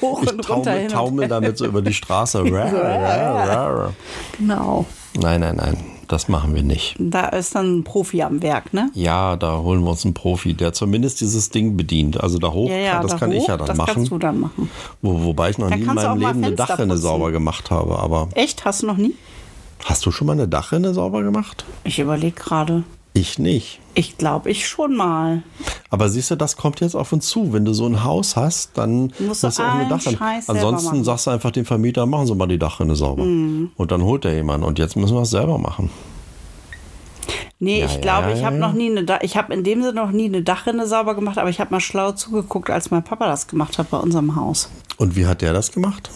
Speaker 2: hoch
Speaker 1: Ich
Speaker 2: und runter
Speaker 1: taumel,
Speaker 2: hin.
Speaker 1: taumel
Speaker 2: und
Speaker 1: damit so über die Straße. Rar, rar, rar.
Speaker 2: Genau.
Speaker 1: Nein, nein, nein, das machen wir nicht.
Speaker 2: Da ist dann ein Profi am Werk, ne?
Speaker 1: Ja, da holen wir uns einen Profi, der zumindest dieses Ding bedient. Also da hoch,
Speaker 2: Ja, ja,
Speaker 1: das
Speaker 2: da
Speaker 1: kann ich
Speaker 2: hoch,
Speaker 1: ja dann
Speaker 2: das kannst du
Speaker 1: machen.
Speaker 2: dann machen.
Speaker 1: Wo, wobei ich noch
Speaker 2: Da
Speaker 1: nie in
Speaker 2: kannst du
Speaker 1: meinem
Speaker 2: auch mal
Speaker 1: Leben eine
Speaker 2: Fenster
Speaker 1: Dachrinne
Speaker 2: putzen.
Speaker 1: sauber gemacht habe. Aber
Speaker 2: Echt? Hast du noch nie?
Speaker 1: hast du schon mal eine Dachrinne sauber gemacht?
Speaker 2: Ich überlege gerade.
Speaker 1: Ich nicht.
Speaker 2: Ich glaube, ich schon mal.
Speaker 1: Aber siehst du, das kommt jetzt auf uns zu. Wenn du so ein Haus hast, dann
Speaker 2: Musst du allen Scheiß selber
Speaker 1: Ansonsten
Speaker 2: machen. Mhm.
Speaker 1: sagst du einfach dem Vermieter, machen Sie mal die Dachrinne sauber. Und dann holt er jemanden. Und jetzt müssen wir es selber machen.
Speaker 2: Nee,
Speaker 1: Ja,
Speaker 2: ich
Speaker 1: ja,
Speaker 2: glaube, ich
Speaker 1: ja,
Speaker 2: habe
Speaker 1: ja.
Speaker 2: noch nie eine da ich habe in dem Sinne noch nie eine Dachrinne sauber gemacht, aber ich habe mal schlau zugeguckt, als mein Papa das gemacht hat bei unserem Haus.
Speaker 1: Und wie hat der das gemacht?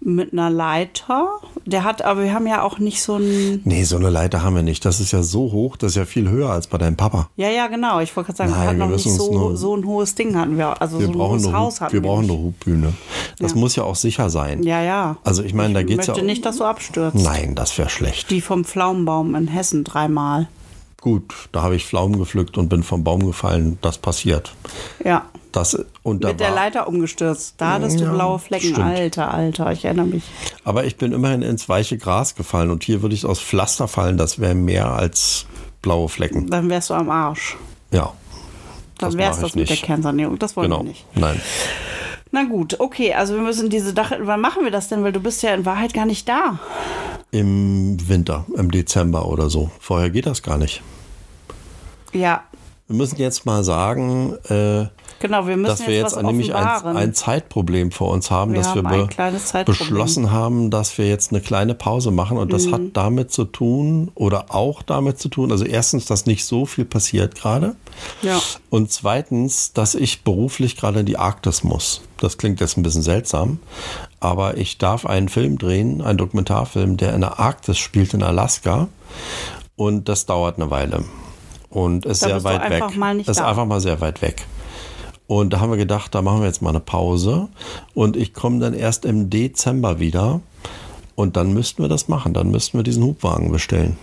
Speaker 2: Mit einer Leiter. Der hat, aber wir haben ja auch nicht so ein.
Speaker 1: Nee, so eine Leiter haben wir nicht. Das ist ja so hoch, das ist ja viel höher als bei deinem Papa.
Speaker 2: Ja, ja, genau. Ich wollte gerade sagen,
Speaker 1: Nein,
Speaker 2: wir hatten
Speaker 1: wir
Speaker 2: noch nicht
Speaker 1: müssen uns
Speaker 2: so,
Speaker 1: nur-
Speaker 2: so ein hohes Ding hatten wir. Also
Speaker 1: Wir
Speaker 2: so ein
Speaker 1: brauchen
Speaker 2: hohes
Speaker 1: eine,
Speaker 2: Haus
Speaker 1: Hub,
Speaker 2: hatten
Speaker 1: wir brauchen eine
Speaker 2: nicht.
Speaker 1: Hubbühne. Das
Speaker 2: Ja.
Speaker 1: muss ja auch sicher sein.
Speaker 2: Ja, ja.
Speaker 1: Also ich meine, da
Speaker 2: ich
Speaker 1: geht's ja
Speaker 2: möchte
Speaker 1: um-
Speaker 2: nicht, dass du abstürzt.
Speaker 1: Nein, das wäre schlecht.
Speaker 2: Wie vom Pflaumenbaum in Hessen dreimal.
Speaker 1: Gut, da habe ich Pflaumen gepflückt und bin vom Baum gefallen. Das passiert.
Speaker 2: Ja.
Speaker 1: Das, und da
Speaker 2: Mit der
Speaker 1: war,
Speaker 2: Leiter umgestürzt. Da hattest
Speaker 1: Ja,
Speaker 2: du blaue Flecken.
Speaker 1: stimmt.
Speaker 2: Alter, Alter, ich erinnere mich.
Speaker 1: Aber ich bin immerhin ins weiche Gras gefallen und hier würde ich aus Pflaster fallen. Das wäre mehr als blaue Flecken.
Speaker 2: Dann wärst du am Arsch.
Speaker 1: Ja,
Speaker 2: Dann
Speaker 1: Das
Speaker 2: wär's
Speaker 1: mach ich
Speaker 2: das mit der
Speaker 1: nicht.
Speaker 2: Kernsanierung. Das wollen
Speaker 1: genau.
Speaker 2: wir nicht.
Speaker 1: Nein.
Speaker 2: Na gut, okay, also wir müssen diese Dach. Wann machen wir das denn? Weil du bist ja in Wahrheit gar nicht da.
Speaker 1: Im Winter, im Dezember oder so. Vorher geht das gar nicht.
Speaker 2: Ja,
Speaker 1: Wir müssen jetzt mal sagen, äh,
Speaker 2: genau, wir müssen
Speaker 1: dass wir jetzt,
Speaker 2: was
Speaker 1: nämlich ein,
Speaker 2: offenbaren.
Speaker 1: ein Zeitproblem vor uns haben,
Speaker 2: Wir
Speaker 1: dass
Speaker 2: haben
Speaker 1: wir
Speaker 2: ein kleines Zeitproblem. Mhm.
Speaker 1: beschlossen haben, dass wir jetzt eine kleine Pause machen und das hat damit zu tun oder auch damit zu tun, also erstens, dass nicht so viel passiert gerade
Speaker 2: Ja.
Speaker 1: und zweitens, dass ich beruflich gerade in die Arktis muss. Das klingt jetzt ein bisschen seltsam, aber ich darf einen Film drehen, einen Dokumentarfilm, der in der Arktis spielt, in Alaska und das dauert eine Weile. Und ist
Speaker 2: Da
Speaker 1: sehr
Speaker 2: bist du
Speaker 1: weit
Speaker 2: einfach
Speaker 1: weg.
Speaker 2: mal nicht
Speaker 1: ist
Speaker 2: da.
Speaker 1: einfach mal sehr weit weg. Und da haben wir gedacht, da machen wir jetzt mal eine Pause. Und ich komme dann erst im Dezember wieder. Und dann müssten wir das machen. Dann müssten wir diesen Hubwagen bestellen.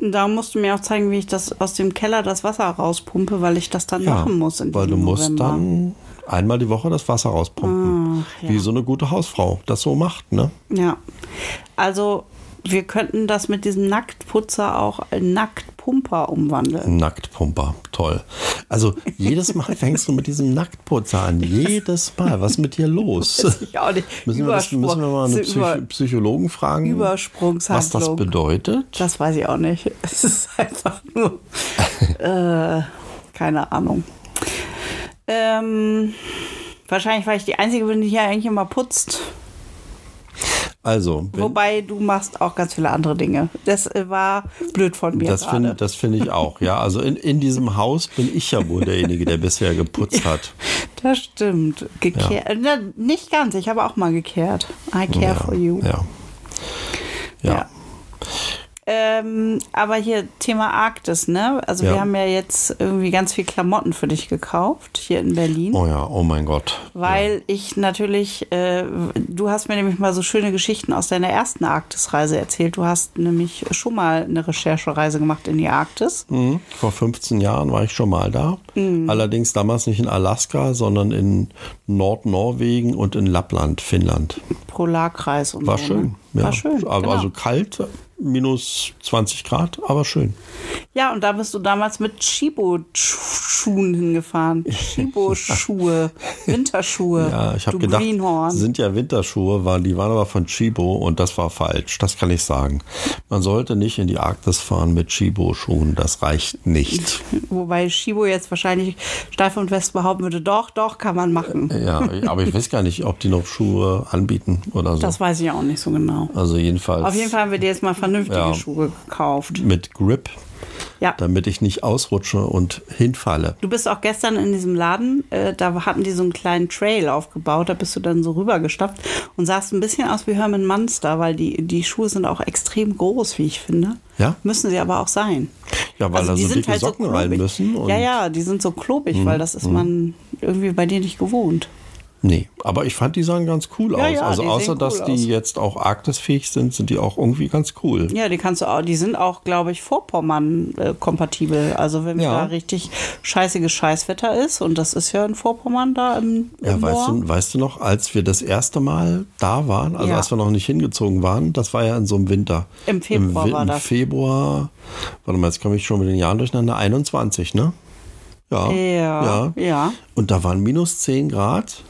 Speaker 2: Da musst du mir auch zeigen, wie ich das aus dem Keller das Wasser rauspumpe, weil ich das dann machen muss. In
Speaker 1: weil du
Speaker 2: diesem
Speaker 1: musst
Speaker 2: November.
Speaker 1: dann einmal die Woche das Wasser rauspumpen.
Speaker 2: Ach, ja.
Speaker 1: Wie so eine gute Hausfrau das so macht, ne?
Speaker 2: Ja. Also, wir könnten das mit diesem Nacktputzer auch in Nacktpumper
Speaker 1: Hm.
Speaker 2: umwandeln.
Speaker 1: Nacktpumper, toll. Also jedes Mal fängst du mit diesem Nacktputzer an. Jedes Mal. Was ist mit dir los?
Speaker 2: Ich auch nicht.
Speaker 1: Müssen wir, das,
Speaker 2: Überspr-
Speaker 1: müssen wir mal einen
Speaker 2: zu über-
Speaker 1: Psych Psychologen fragen, was das
Speaker 2: Übersprungshandlung.
Speaker 1: bedeutet?
Speaker 2: Das weiß ich auch nicht. Es ist einfach nur. äh, keine Ahnung. Ähm, wahrscheinlich, weil ich die Einzige bin, die hier eigentlich immer putzt.
Speaker 1: Also, wenn,
Speaker 2: Wobei du machst auch ganz viele andere Dinge. Das äh, war blöd von mir
Speaker 1: das
Speaker 2: gerade.
Speaker 1: finde das find ich auch, ja. Also in, in diesem Haus bin ich ja wohl derjenige, der bisher geputzt hat.
Speaker 2: Das stimmt. Gekehrt. äh, Na, nicht ganz. Ich habe auch mal gekehrt. I care
Speaker 1: Ja,
Speaker 2: for you.
Speaker 1: ja. Ja.
Speaker 2: Ja. Ähm, aber hier Thema Arktis, ne? Also
Speaker 1: Ja.
Speaker 2: wir haben ja jetzt irgendwie ganz viel Klamotten für dich gekauft hier in Berlin.
Speaker 1: Oh ja, oh mein Gott.
Speaker 2: Weil ich natürlich, äh, du hast mir nämlich mal so schöne Geschichten aus deiner ersten Arktisreise erzählt. Du hast nämlich schon mal eine Recherchereise gemacht in die Arktis.
Speaker 1: Mhm. Vor 15 Jahren war ich schon mal da.
Speaker 2: Mhm.
Speaker 1: Allerdings damals nicht in Alaska, sondern in Nordnorwegen und in Lappland, Finnland.
Speaker 2: Polarkreis und
Speaker 1: War
Speaker 2: so. Ne?
Speaker 1: schön. Ja.
Speaker 2: War schön,
Speaker 1: Aber
Speaker 2: genau.
Speaker 1: Also kalt, minus 20 Grad, aber schön.
Speaker 2: Ja, und da bist du damals mit Schibo-Schuhen hingefahren. Schibo-Schuhe, Winterschuhe.
Speaker 1: Ja, ich habe
Speaker 2: du
Speaker 1: gedacht,
Speaker 2: Greenhorn.
Speaker 1: sind ja Winterschuhe, waren, die waren aber von Chibo und das war falsch. Das kann ich sagen. Man sollte nicht in die Arktis fahren mit Chibo-Schuhen. Das reicht nicht.
Speaker 2: Wobei Schibo jetzt wahrscheinlich steif und fest behaupten würde, doch, doch, kann man machen.
Speaker 1: Ja, aber ich weiß gar nicht, ob die noch Schuhe anbieten oder so.
Speaker 2: Das weiß ich auch nicht so genau.
Speaker 1: also jedenfalls
Speaker 2: Auf jeden Fall haben wir dir jetzt mal vernünftige
Speaker 1: Ja.
Speaker 2: Schuhe gekauft.
Speaker 1: mit Grip,
Speaker 2: Ja.
Speaker 1: damit ich nicht ausrutsche und hinfalle.
Speaker 2: Du bist auch gestern in diesem Laden, äh, da hatten die so einen kleinen Trail aufgebaut, da bist du dann so rübergestapft und sahst ein bisschen aus wie Herman Munster, weil die, die Schuhe sind auch extrem groß, wie ich finde.
Speaker 1: Ja?
Speaker 2: Müssen sie aber auch sein. Also
Speaker 1: Ja, weil da
Speaker 2: die
Speaker 1: so
Speaker 2: sind halt
Speaker 1: dicke Socken rein
Speaker 2: klobig.
Speaker 1: müssen. Und Mhm,
Speaker 2: ja, ja, die sind so klobig, weil das ist man irgendwie bei dir nicht gewohnt.
Speaker 1: Nee, aber ich fand, die sahen ganz cool
Speaker 2: Ja,
Speaker 1: aus.
Speaker 2: ja,
Speaker 1: also
Speaker 2: die sehen
Speaker 1: außer,
Speaker 2: cool
Speaker 1: dass die
Speaker 2: aus.
Speaker 1: jetzt auch arktisfähig sind, sind die auch irgendwie ganz cool.
Speaker 2: Ja, die kannst du auch, die sind auch, glaube ich, Vorpommern äh, kompatibel. Also wenn
Speaker 1: Ja.
Speaker 2: da richtig scheißiges Scheißwetter ist und das ist ja in Vorpommern da im, im
Speaker 1: Ja, weißt
Speaker 2: Moor.
Speaker 1: du, weißt du noch, als wir das erste Mal da waren, also
Speaker 2: Ja.
Speaker 1: als wir noch nicht hingezogen waren, das war ja in so einem Winter.
Speaker 2: Im Februar
Speaker 1: Im, Wi-
Speaker 2: war
Speaker 1: im
Speaker 2: das.
Speaker 1: Februar, warte mal, jetzt komme ich schon mit den Jahren durcheinander, 21, ne? Ja.
Speaker 2: Ja, ja.
Speaker 1: Und da waren minus 10 Grad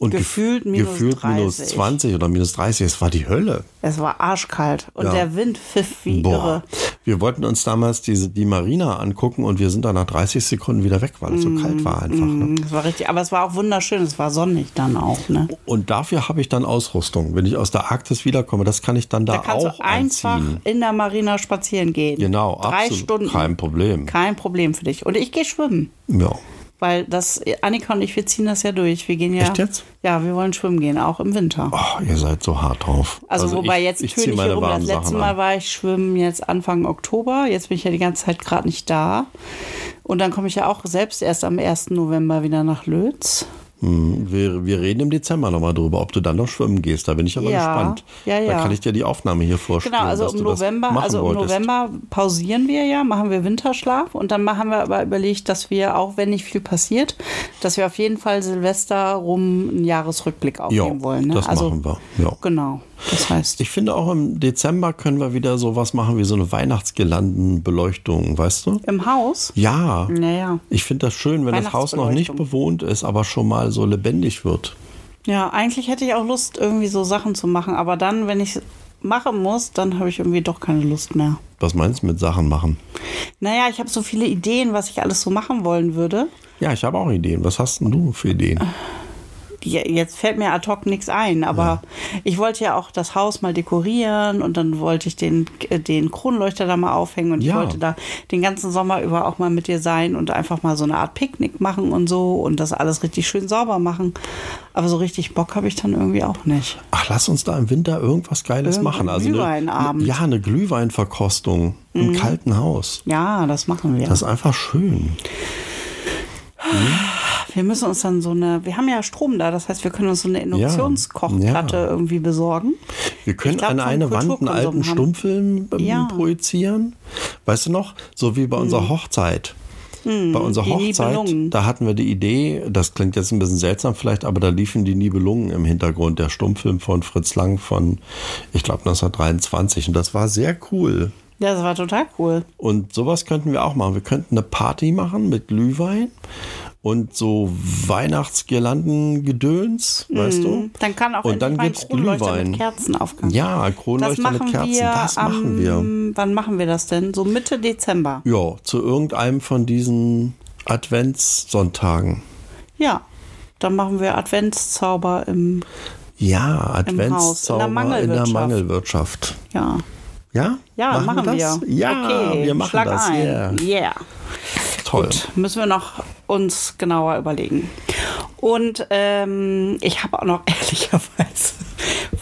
Speaker 1: und gef-
Speaker 2: Gefühlt minus
Speaker 1: gefühlt minus
Speaker 2: 30.
Speaker 1: 20 oder minus 30. Es war die Hölle.
Speaker 2: Es war arschkalt und
Speaker 1: Ja.
Speaker 2: der Wind pfiff wie
Speaker 1: Boah.
Speaker 2: irre.
Speaker 1: Wir wollten uns damals diese, die Marina angucken und wir sind dann nach 30 Sekunden wieder weg, weil es
Speaker 2: Mm,
Speaker 1: so kalt war einfach. Ne?
Speaker 2: Mhm, Es war richtig, aber es war auch wunderschön, es war sonnig dann auch, ne?
Speaker 1: Und dafür habe ich dann Ausrüstung. Wenn ich aus der Arktis wiederkomme, das kann ich dann da,
Speaker 2: Da kannst
Speaker 1: auch
Speaker 2: du einfach
Speaker 1: anziehen.
Speaker 2: in der Marina spazieren gehen.
Speaker 1: Genau,
Speaker 2: Drei
Speaker 1: absolut.
Speaker 2: Stunden.
Speaker 1: Kein Problem.
Speaker 2: Kein Problem für dich. Und ich gehe schwimmen.
Speaker 1: Ja.
Speaker 2: Weil das, Annika und ich, wir ziehen das ja durch. Wir gehen ja.
Speaker 1: Echt jetzt?
Speaker 2: Ja, wir wollen schwimmen gehen, auch im Winter.
Speaker 1: Oh, ihr seid so hart drauf.
Speaker 2: Also, wobei
Speaker 1: ich-
Speaker 2: jetzt
Speaker 1: ich
Speaker 2: töne
Speaker 1: ziehe
Speaker 2: ich hier
Speaker 1: meine
Speaker 2: rum. Das
Speaker 1: warmen
Speaker 2: letzte
Speaker 1: Sachen
Speaker 2: Mal
Speaker 1: an.
Speaker 2: war ich schwimmen jetzt Anfang Oktober. Jetzt bin ich ja die ganze Zeit gerade nicht da. Und dann komme ich ja auch selbst erst am 1. November wieder nach Lötz.
Speaker 1: Hm, Wir, wir reden im Dezember nochmal drüber, ob du dann noch schwimmen gehst. Da bin ich aber
Speaker 2: Ja,
Speaker 1: gespannt.
Speaker 2: ja, ja.
Speaker 1: Da kann ich dir die Aufnahme hier vorstellen.
Speaker 2: Genau, also
Speaker 1: dass
Speaker 2: im
Speaker 1: du das
Speaker 2: November,
Speaker 1: machen
Speaker 2: also im
Speaker 1: wolltest.
Speaker 2: November pausieren wir ja, machen wir Winterschlaf und dann machen wir aber überlegt, dass wir, auch wenn nicht viel passiert, dass wir auf jeden Fall Silvester rum einen Jahresrückblick aufnehmen
Speaker 1: Ja,
Speaker 2: wollen. Ne?
Speaker 1: das
Speaker 2: also,
Speaker 1: machen wir. Ja.
Speaker 2: Genau. Das heißt,
Speaker 1: Ich finde auch im Dezember können wir wieder sowas machen wie so eine Weihnachtsgirlandenbeleuchtung, weißt du?
Speaker 2: im Haus, Mhm.
Speaker 1: Ja.
Speaker 2: naja.
Speaker 1: Ich finde das schön, wenn das Haus noch nicht bewohnt ist, aber schon mal so lebendig wird.
Speaker 2: Ja, eigentlich hätte ich auch Lust, irgendwie so Sachen zu machen, aber dann, wenn ich machen muss, dann habe ich irgendwie doch keine Lust mehr.
Speaker 1: Was meinst du mit Sachen machen?
Speaker 2: Naja, ich habe so viele Ideen, was ich alles so machen wollen würde.
Speaker 1: Ja, ich habe auch Ideen. Was hast denn du für Ideen?
Speaker 2: Je- Jetzt fällt mir ad hoc nichts ein, aber ich wollte ja auch das Haus mal dekorieren und dann wollte ich den, äh, den Kronleuchter da mal aufhängen und ich
Speaker 1: Ja.
Speaker 2: wollte da den ganzen Sommer über auch mal mit dir sein und einfach mal so eine Art Picknick machen und so und das alles richtig schön sauber machen. Aber so richtig Bock habe ich dann irgendwie auch nicht.
Speaker 1: Ach, lass uns da im Winter irgendwas Geiles
Speaker 2: Irgendein
Speaker 1: machen. Also eine-
Speaker 2: Glühweinabend.
Speaker 1: Ja, eine Glühweinverkostung im kalten Haus.
Speaker 2: Ja, das machen wir.
Speaker 1: Das ist einfach schön.
Speaker 2: Wir müssen uns dann so eine, wir haben ja Strom da, das heißt, wir können uns so eine Induktionskochplatte
Speaker 1: Ja.
Speaker 2: irgendwie besorgen.
Speaker 1: Wir können
Speaker 2: Ich glaub,
Speaker 1: an
Speaker 2: vom
Speaker 1: eine Wand einen
Speaker 2: Kulturkonsum
Speaker 1: alten
Speaker 2: haben-
Speaker 1: Stummfilm ähm,
Speaker 2: Ja. Hm.
Speaker 1: projizieren. Weißt du noch? So wie bei unserer Hochzeit. Bei unserer
Speaker 2: die
Speaker 1: Hochzeit,
Speaker 2: Nibelungen.
Speaker 1: da hatten wir die Idee, das klingt jetzt ein bisschen seltsam vielleicht, aber da liefen die Nibelungen im Hintergrund, der Stummfilm von Fritz Lang von, ich glaube, 1923. Und das war sehr cool.
Speaker 2: Ja, das war total cool.
Speaker 1: Und sowas könnten wir auch machen. Wir könnten eine Party machen mit Glühwein und so Weihnachtsgirlandengedöns, weißt du?
Speaker 2: Dann kann auch
Speaker 1: Oh. und dann
Speaker 2: endlich
Speaker 1: gibt's
Speaker 2: mal ein Kronleuchter
Speaker 1: Glühwein.
Speaker 2: mit Kerzen aufgehen.
Speaker 1: Ja,
Speaker 2: das
Speaker 1: Kronleuchter
Speaker 2: machen
Speaker 1: mit Kerzen,
Speaker 2: wir.
Speaker 1: das machen wir.
Speaker 2: am- Wann machen wir das denn? So Mitte Dezember.
Speaker 1: Ja, zu irgendeinem von diesen Adventssonntagen.
Speaker 2: Ja. Dann machen wir Adventszauber im,
Speaker 1: Ja,
Speaker 2: Haus, in
Speaker 1: Adventszauber
Speaker 2: der
Speaker 1: in der,
Speaker 2: Mangelwirtschaft.
Speaker 1: Mangelwirtschaft.
Speaker 2: ja.
Speaker 1: Ja?
Speaker 2: Ja, machen,
Speaker 1: wir
Speaker 2: wir.
Speaker 1: das? Ja,
Speaker 2: okay,
Speaker 1: wir machen
Speaker 2: Schlag
Speaker 1: das.
Speaker 2: Ein.
Speaker 1: Yeah.
Speaker 2: yeah.
Speaker 1: Toll.
Speaker 2: Gut, müssen wir noch uns genauer überlegen. Und ähm, ich habe auch noch ehrlicherweise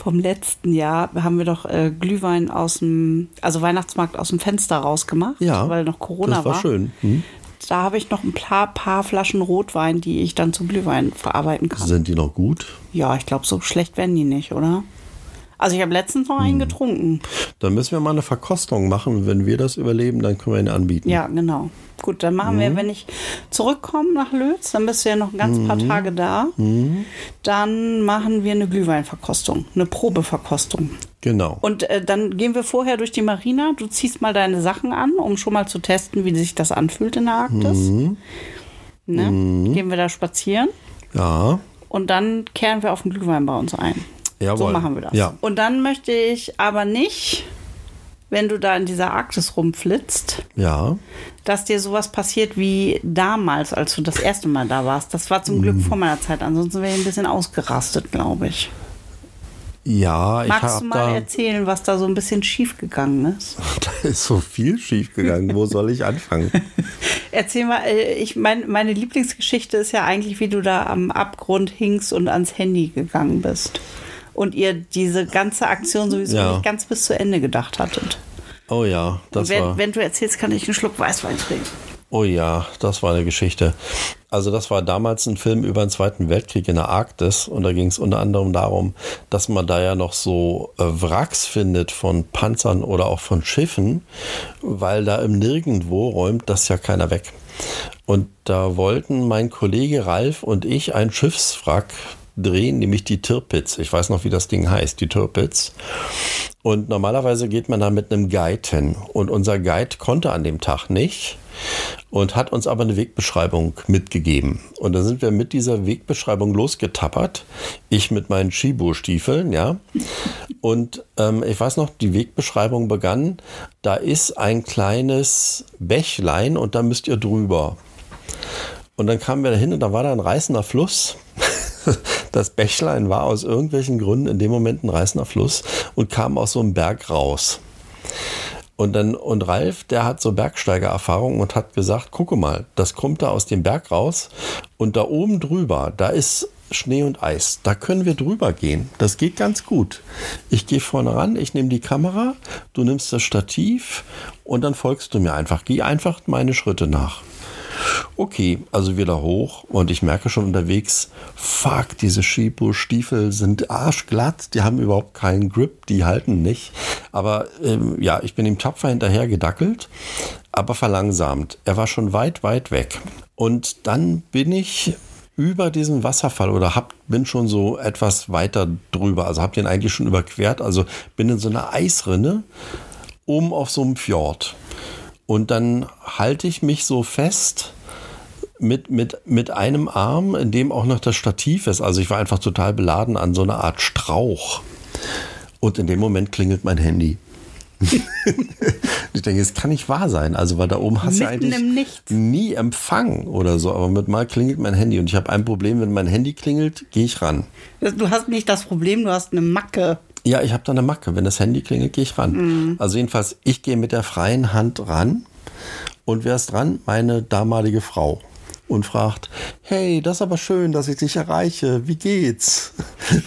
Speaker 2: vom letzten Jahr haben wir doch äh, Glühwein aus dem, also Weihnachtsmarkt aus dem Fenster rausgemacht,
Speaker 1: Ja,
Speaker 2: weil noch Corona
Speaker 1: das war schön. Hm?
Speaker 2: Da habe ich noch ein paar, paar Flaschen Rotwein, die ich dann zu Glühwein verarbeiten kann.
Speaker 1: Sind die noch gut?
Speaker 2: Ja, ich glaube, so schlecht werden die nicht, oder? Also ich habe letztens noch einen getrunken.
Speaker 1: Dann müssen wir mal eine Verkostung machen. Wenn wir das überleben, dann können wir ihn anbieten.
Speaker 2: Ja, genau. Gut, dann machen wir, wenn ich zurückkomme nach Lötz, dann bist du ja noch ein ganz paar Tage da. Dann machen wir eine Glühweinverkostung, eine Probeverkostung.
Speaker 1: Genau.
Speaker 2: Und äh, dann gehen wir vorher durch die Marina. Du ziehst mal deine Sachen an, um schon mal zu testen, wie sich das anfühlt in der Arktis. Ne? Gehen wir da spazieren
Speaker 1: ja.
Speaker 2: und dann kehren wir auf den Glühwein bei uns ein. So
Speaker 1: Jawohl.
Speaker 2: machen wir das.
Speaker 1: Ja.
Speaker 2: Und dann möchte ich aber nicht, wenn du da in dieser Arktis rumflitzt,
Speaker 1: Ja.
Speaker 2: dass dir sowas passiert wie damals, als du das erste Mal da warst. Das war
Speaker 1: Mhm.
Speaker 2: zum Glück vor meiner Zeit. Ansonsten wäre ich ein bisschen ausgerastet, glaube ich.
Speaker 1: Ja, ich
Speaker 2: Magst du
Speaker 1: habe
Speaker 2: mal
Speaker 1: da,
Speaker 2: erzählen, was da so ein bisschen schief gegangen ist?
Speaker 1: da ist so viel schief gegangen. Wo soll ich anfangen?
Speaker 2: Erzähl mal, äh, ich mein, meine Lieblingsgeschichte ist ja eigentlich, wie du da am Abgrund hingst und ans Handy gegangen bist. Und ihr diese ganze Aktion sowieso
Speaker 1: Ja.
Speaker 2: nicht ganz bis zu Ende gedacht hattet.
Speaker 1: Oh ja, das
Speaker 2: Wenn,
Speaker 1: war.
Speaker 2: wenn du erzählst, kann ich einen Schluck Weißwein trinken.
Speaker 1: Oh ja, das war eine Geschichte. Also das war damals ein Film über den Zweiten Weltkrieg in der Arktis und da ging es unter anderem darum, dass man da ja noch so äh, Wracks findet von Panzern oder auch von Schiffen, weil da im Nirgendwo räumt das ja keiner weg. Und da wollten mein Kollege Ralf und ich ein Schiffswrack drehen, nämlich die Tirpitz. Ich weiß noch, wie das Ding heißt, die Tirpitz. Und normalerweise geht man da mit einem Guide hin. Und unser Guide konnte an dem Tag nicht und hat uns aber eine Wegbeschreibung mitgegeben. Und dann sind wir mit dieser Wegbeschreibung losgetappert. Ich mit meinen Shibu-Stiefeln, ja. Und ähm, ich weiß noch, die Wegbeschreibung begann. Da ist ein kleines Bächlein und da müsst ihr drüber. Und dann kamen wir da hin und da war da ein reißender Fluss. Das Bächlein war aus irgendwelchen Gründen in dem Moment ein reißender Fluss und kam aus so einem Berg raus. Und dann, und Ralf, der hat so Bergsteigererfahrung und hat gesagt, gucke mal, das kommt da aus dem Berg raus und da oben drüber, da ist Schnee und Eis. Da können wir drüber gehen. Das geht ganz gut. Ich gehe vorne ran, ich nehme die Kamera, du nimmst das Stativ und dann folgst du mir einfach. Geh einfach meine Schritte nach. Okay, also wieder hoch und ich merke schon unterwegs, fuck, diese Shibu-Stiefel sind arschglatt, die haben überhaupt keinen Grip, die halten nicht. Aber ähm, ja, ich bin ihm tapfer hinterher gedackelt, aber verlangsamt. Er war schon weit, weit weg. Und dann bin ich über diesen Wasserfall oder hab, bin schon so etwas weiter drüber, also habe den eigentlich schon überquert, also bin in so einer Eisrinne oben um auf so einem Fjord. Und dann halte ich mich so fest mit, mit, mit einem Arm, in dem auch noch das Stativ ist. Also ich war einfach total beladen an so einer Art Strauch. Und in dem Moment klingelt mein Handy. ich denke, es kann nicht wahr sein. Also, weil da oben hast du
Speaker 2: Mitten
Speaker 1: eigentlich
Speaker 2: im Nichts.
Speaker 1: nie Empfang oder so. Aber mit mal klingelt mein Handy. Und ich habe ein Problem, wenn mein Handy klingelt, gehe ich ran.
Speaker 2: Du hast nicht das Problem, du hast eine Macke.
Speaker 1: Ja, ich habe da eine Macke. Wenn das Handy klingelt, gehe ich ran.
Speaker 2: Mhm.
Speaker 1: Also jedenfalls, ich gehe mit der freien Hand ran. Und wer ist dran? Meine damalige Frau. Und fragt, hey, das ist aber schön, dass ich dich erreiche. Wie geht's?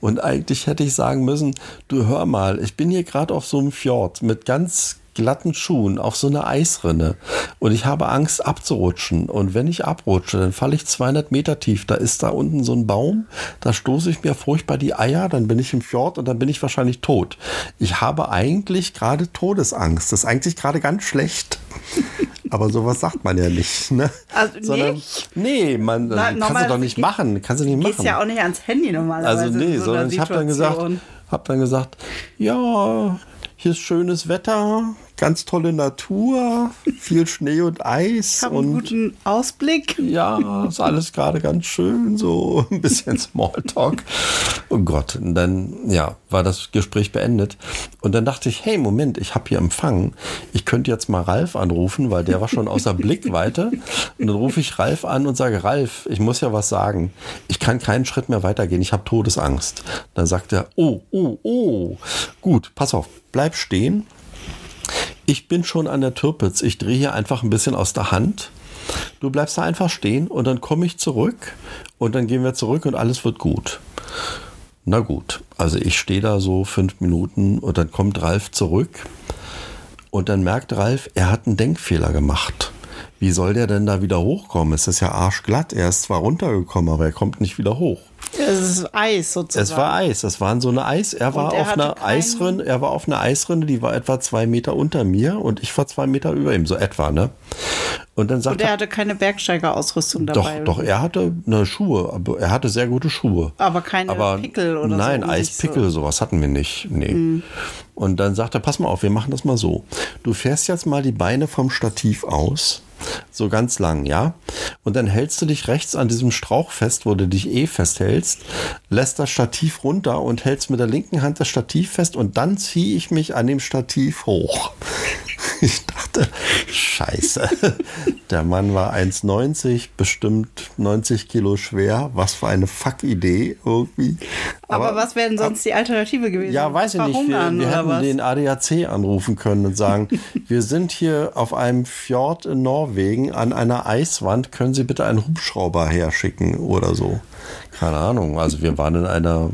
Speaker 1: und eigentlich hätte ich sagen müssen, du hör mal, ich bin hier gerade auf so einem Fjord mit ganz glatten Schuhen auf so eine Eisrinne und ich habe Angst abzurutschen und wenn ich abrutsche, dann falle ich 200 Meter tief, da ist da unten so ein Baum, da stoße ich mir furchtbar die Eier, dann bin ich im Fjord und dann bin ich wahrscheinlich tot. Ich habe eigentlich gerade Todesangst, das ist eigentlich gerade ganz schlecht. Aber sowas sagt man ja nicht, ne?
Speaker 2: Also
Speaker 1: nicht? Nee, man
Speaker 2: Na,
Speaker 1: kannst
Speaker 2: normal-
Speaker 1: du doch nicht machen, kannst du nicht machen.
Speaker 2: Gehst ja auch nicht ans Handy normalerweise.
Speaker 1: Also nee,
Speaker 2: in so
Speaker 1: sondern
Speaker 2: einer
Speaker 1: ich habe dann gesagt,
Speaker 2: Situation.
Speaker 1: hab dann gesagt, ja, hier ist schönes Wetter, ganz tolle Natur, viel Schnee und Eis
Speaker 2: Ich habe einen
Speaker 1: und
Speaker 2: guten Ausblick.
Speaker 1: ja, ist alles gerade ganz schön, so ein bisschen Smalltalk. Oh Gott, und dann ja, war das Gespräch beendet und dann dachte ich, hey, Moment, ich habe hier Empfang. Ich könnte jetzt mal Ralf anrufen, weil der war schon außer Blickweite und dann rufe ich Ralf an und sage, Ralf, ich muss ja was sagen. Ich kann keinen Schritt mehr weitergehen, ich habe Todesangst. Dann sagt er, oh, oh, oh. Gut, pass auf, bleib stehen. Ich bin schon an der Türpitz. Ich drehe hier einfach ein bisschen aus der Hand. Du bleibst da einfach stehen und dann komme ich zurück und dann gehen wir zurück und alles wird gut. Na gut, also ich stehe da so fünf Minuten und dann kommt Ralf zurück und dann merkt Ralf, er hat einen Denkfehler gemacht. Wie soll der denn da wieder hochkommen? Es ist ja arschglatt. Er ist zwar runtergekommen, aber er kommt nicht wieder hoch.
Speaker 2: Es ist Eis sozusagen.
Speaker 1: Es war Eis. Es waren so eine Eis. Er war
Speaker 2: er
Speaker 1: auf
Speaker 2: hatte
Speaker 1: einer
Speaker 2: keinen-
Speaker 1: Eisrinne. Er war auf einer Eisrinne, die war etwa zwei Meter unter mir und ich war zwei Meter über ihm, so etwa, ne? Und dann
Speaker 2: Und
Speaker 1: sagt
Speaker 2: er
Speaker 1: er,
Speaker 2: hatte keine Bergsteigerausrüstung
Speaker 1: doch,
Speaker 2: dabei.
Speaker 1: doch, er hatte eine Schuhe. aber Er hatte sehr gute Schuhe.
Speaker 2: Aber keine Pickel oder so,
Speaker 1: nein,
Speaker 2: um sich
Speaker 1: Eispickel, sowas hatten wir nicht. Nee. Und dann sagt er, pass mal auf, wir machen das mal so. Du fährst jetzt mal die Beine vom Stativ aus. So ganz lang, ja. Und dann hältst du dich rechts an diesem Strauch fest, wo du dich eh festhältst, lässt das Stativ runter und hältst mit der linken Hand das Stativ fest und dann ziehe ich mich an dem Stativ hoch. Ich dachte, scheiße. Der Mann war 1,90, bestimmt 90 Kilo schwer. Was für eine Fuck-Idee irgendwie.
Speaker 2: aber, was wäre denn sonst die Alternative gewesen?
Speaker 1: Ja, weiß ich nicht. Wir,
Speaker 2: Verhungern
Speaker 1: wir
Speaker 2: oder
Speaker 1: hätten
Speaker 2: was?
Speaker 1: den ADAC anrufen können und sagen, wir sind hier auf einem Fjord in Norwegen an einer Eiswand. Können Sie bitte einen Hubschrauber herschicken oder so? Keine Ahnung. Also wir waren in einer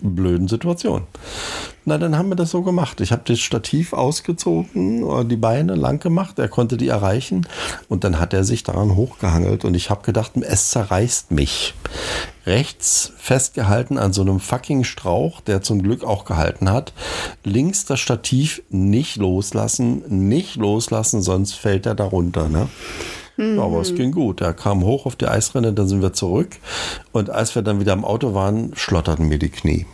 Speaker 1: blöden Situation. Na, dann haben wir das so gemacht. Ich habe das Stativ ausgezogen, äh, die Beine lang gemacht, er konnte die erreichen und dann hat er sich daran hochgehangelt und ich habe gedacht, es zerreißt mich. Rechts festgehalten an so einem fucking Strauch, der zum Glück auch gehalten hat. Links das Stativ nicht loslassen, nicht loslassen, sonst fällt er darunter, ne? Ja, aber es ging gut. Er kam hoch auf die Eisrinne, dann sind wir zurück. Und als wir dann wieder im Auto waren, schlotterten mir die Knie.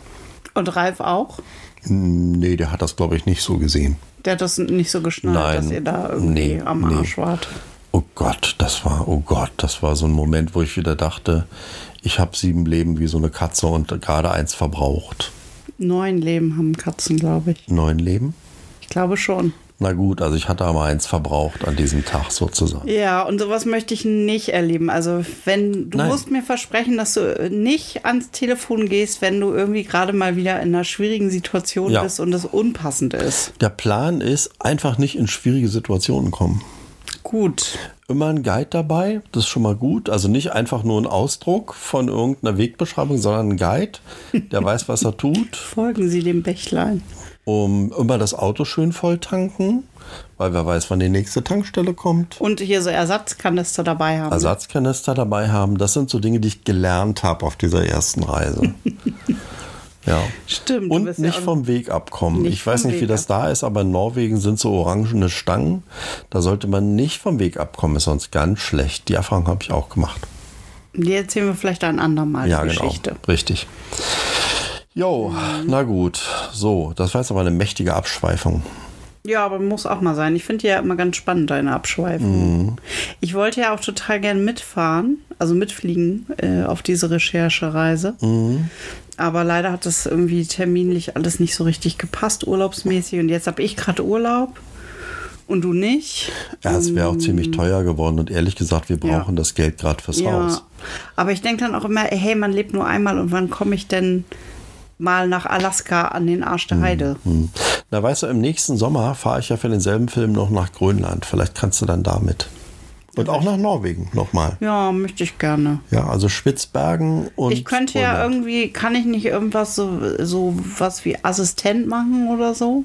Speaker 2: Und Ralf auch?
Speaker 1: Hm, Nee, der hat das, glaube ich, nicht so gesehen.
Speaker 2: Der hat das nicht so geschnallt,
Speaker 1: Nein.
Speaker 2: dass ihr da irgendwie
Speaker 1: Nee,
Speaker 2: am
Speaker 1: nee.
Speaker 2: Arsch wart.
Speaker 1: Oh Gott, das war, oh Gott, das war so ein Moment, wo ich wieder dachte, ich habe sieben Leben wie so eine Katze und gerade eins verbraucht.
Speaker 2: Neun Leben haben Katzen, glaube ich.
Speaker 1: Neun Leben?
Speaker 2: Ich glaube schon.
Speaker 1: Na gut, also ich hatte aber eins verbraucht an diesem Tag sozusagen.
Speaker 2: Ja, und sowas möchte ich nicht erleben. Also, wenn du
Speaker 1: Nein.
Speaker 2: musst mir versprechen, dass du äh, nicht ans Telefon gehst, wenn du irgendwie gerade mal wieder in einer schwierigen Situation
Speaker 1: Ja.
Speaker 2: bist und es unpassend ist.
Speaker 1: Der Plan ist, einfach nicht in schwierige Situationen kommen.
Speaker 2: Gut.
Speaker 1: immer ein Guide dabei, das ist schon mal gut. Also nicht einfach nur ein Ausdruck von irgendeiner Wegbeschreibung, sondern ein Guide, der weiß, was er tut.
Speaker 2: Folgen Sie dem Bächlein.
Speaker 1: Um immer das Auto schön voll tanken, weil wer weiß, wann die nächste Tankstelle kommt.
Speaker 2: Und hier so Ersatzkanister dabei haben.
Speaker 1: Ersatzkanister dabei haben. Das sind so Dinge, die ich gelernt habe auf dieser ersten Reise. ja.
Speaker 2: Stimmt. du
Speaker 1: Und
Speaker 2: bist ja
Speaker 1: nicht
Speaker 2: auch-
Speaker 1: vom Weg abkommen.
Speaker 2: Nicht
Speaker 1: Ich weiß
Speaker 2: vom
Speaker 1: nicht, wie
Speaker 2: Weg
Speaker 1: das da ist, aber in Norwegen sind so orangene Stangen. Da sollte man nicht vom Weg abkommen, ist sonst ganz schlecht. Die Erfahrung habe ich auch gemacht.
Speaker 2: Die erzählen wir vielleicht ein andermal die
Speaker 1: Ja, genau.
Speaker 2: Geschichte. Mhm.
Speaker 1: Richtig. Jo, na gut. So, das war jetzt aber eine mächtige Abschweifung.
Speaker 2: Ja, aber muss auch mal sein. Ich finde die ja immer ganz spannend, deine Abschweifung.
Speaker 1: Mhm.
Speaker 2: Ich wollte ja auch total gern mitfahren, also mitfliegen äh, auf diese Recherchereise.
Speaker 1: Mhm.
Speaker 2: Aber leider hat das irgendwie terminlich alles nicht so richtig gepasst, urlaubsmäßig. Und jetzt habe ich gerade Urlaub und du nicht.
Speaker 1: Ja, es wäre auch
Speaker 2: Mm.
Speaker 1: ziemlich teuer geworden und ehrlich gesagt, wir brauchen das Geld gerade fürs Haus.
Speaker 2: Aber ich denke dann auch immer, hey, man lebt nur einmal und wann komme ich denn mal nach Alaska an den Arsch der Heide?
Speaker 1: Hm. Na, weißt du, im nächsten Sommer fahre ich ja für denselben Film noch nach Grönland. Vielleicht kannst du dann damit. Und auch nach Norwegen nochmal.
Speaker 2: Ja, möchte ich gerne.
Speaker 1: Ja, also Spitzbergen und.
Speaker 2: Ich könnte ja
Speaker 1: Grönland.
Speaker 2: irgendwie, kann ich nicht irgendwas so, so was wie Assistent machen oder so?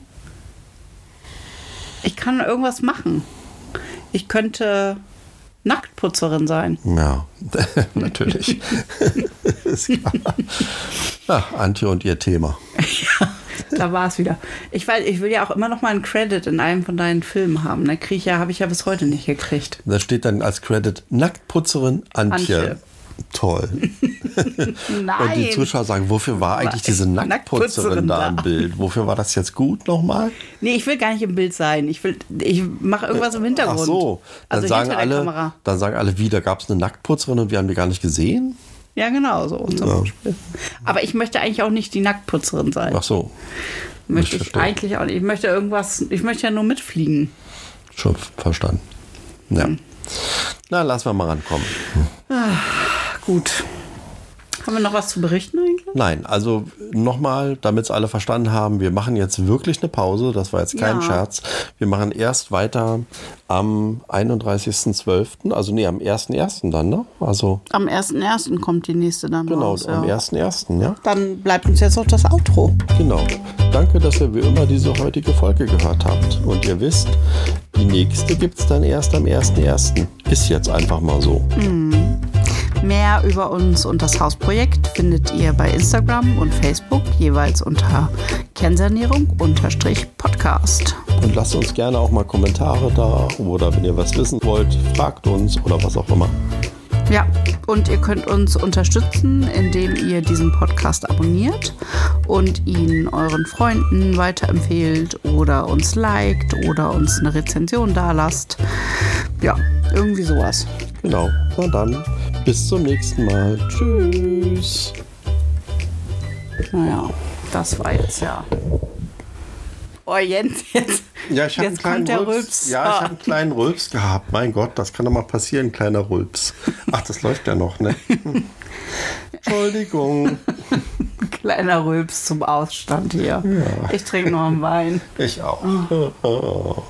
Speaker 2: Ich kann irgendwas machen. Ich könnte Nacktputzerin sein.
Speaker 1: Ja, natürlich. Ist klar. Ja, Antje und ihr Thema.
Speaker 2: Da war es wieder. Ich, weiß, ich will ja auch immer noch mal einen Credit in einem von deinen Filmen haben. Da krieg ich ja, habe ich ja bis heute nicht gekriegt.
Speaker 1: Da steht dann als Credit Nacktputzerin Antje.
Speaker 2: Antje.
Speaker 1: Toll.
Speaker 2: Nein.
Speaker 1: Und die Zuschauer sagen, wofür war eigentlich diese Nacktputzerin
Speaker 2: Nacktputzerin
Speaker 1: da
Speaker 2: da.
Speaker 1: im Bild? Wofür war das jetzt gut nochmal?
Speaker 2: Nee, ich will gar nicht im Bild sein. Ich will, ich mache irgendwas im
Speaker 1: Äh, Ach
Speaker 2: Hintergrund.
Speaker 1: so, dann
Speaker 2: also
Speaker 1: sagen
Speaker 2: hinter der
Speaker 1: alle,
Speaker 2: Kamera.
Speaker 1: dann sagen alle, wie, da gab es eine Nacktputzerin und wir haben die gar nicht gesehen?
Speaker 2: Ja, genau so. Zum Beispiel. Aber ich möchte eigentlich auch nicht die Nacktputzerin sein.
Speaker 1: Ach so,
Speaker 2: Möchte
Speaker 1: Ich
Speaker 2: ich,
Speaker 1: verstehe.
Speaker 2: eigentlich auch nicht. Ich möchte irgendwas, ich möchte ja nur mitfliegen.
Speaker 1: schon verstanden. Ja.
Speaker 2: Hm.
Speaker 1: Na, lassen wir mal rankommen.
Speaker 2: Gut. Haben wir noch was zu berichten eigentlich?
Speaker 1: Nein, also nochmal, damit es alle verstanden haben, wir machen jetzt wirklich eine Pause. Das war jetzt kein
Speaker 2: Ja.
Speaker 1: Scherz. Wir machen erst weiter am 31.12., also nee, am 1.1. dann, ne? Also
Speaker 2: Am 1.1. kommt die nächste dann
Speaker 1: genau,
Speaker 2: raus.
Speaker 1: am
Speaker 2: ja.
Speaker 1: 1.1., ja?
Speaker 3: Dann bleibt uns jetzt noch das Outro.
Speaker 1: Genau. Danke, dass ihr wie immer diese heutige Folge gehört habt. Und ihr wisst, die nächste gibt es dann erst am 1.1. Ist jetzt einfach mal so.
Speaker 2: Mehr über uns und das Hausprojekt findet ihr bei Instagram und Facebook jeweils unter Kernsanierung-Podcast.
Speaker 1: Und lasst uns gerne auch mal Kommentare da oder wenn ihr was wissen wollt, fragt uns oder was auch immer.
Speaker 2: Ja, und ihr könnt uns unterstützen, indem ihr diesen Podcast abonniert und ihn euren Freunden weiterempfehlt oder uns liked oder uns eine Rezension dalasst. Ja, irgendwie sowas.
Speaker 1: Genau. Na dann, bis zum nächsten Mal. Tschüss.
Speaker 2: Naja, das war jetzt ja. Oh, Jens, jetzt.
Speaker 1: hab
Speaker 2: jetzt kommt der Rülps.
Speaker 1: Ja, ich habe einen kleinen Rülps gehabt. Mein Gott, das kann doch mal passieren, kleiner Rülps. Ach, das läuft ja noch, ne? Entschuldigung.
Speaker 2: Oh, Kleiner Rülps zum Ausstand hier. Ich trinke noch einen Wein. Ah.
Speaker 1: Ich auch.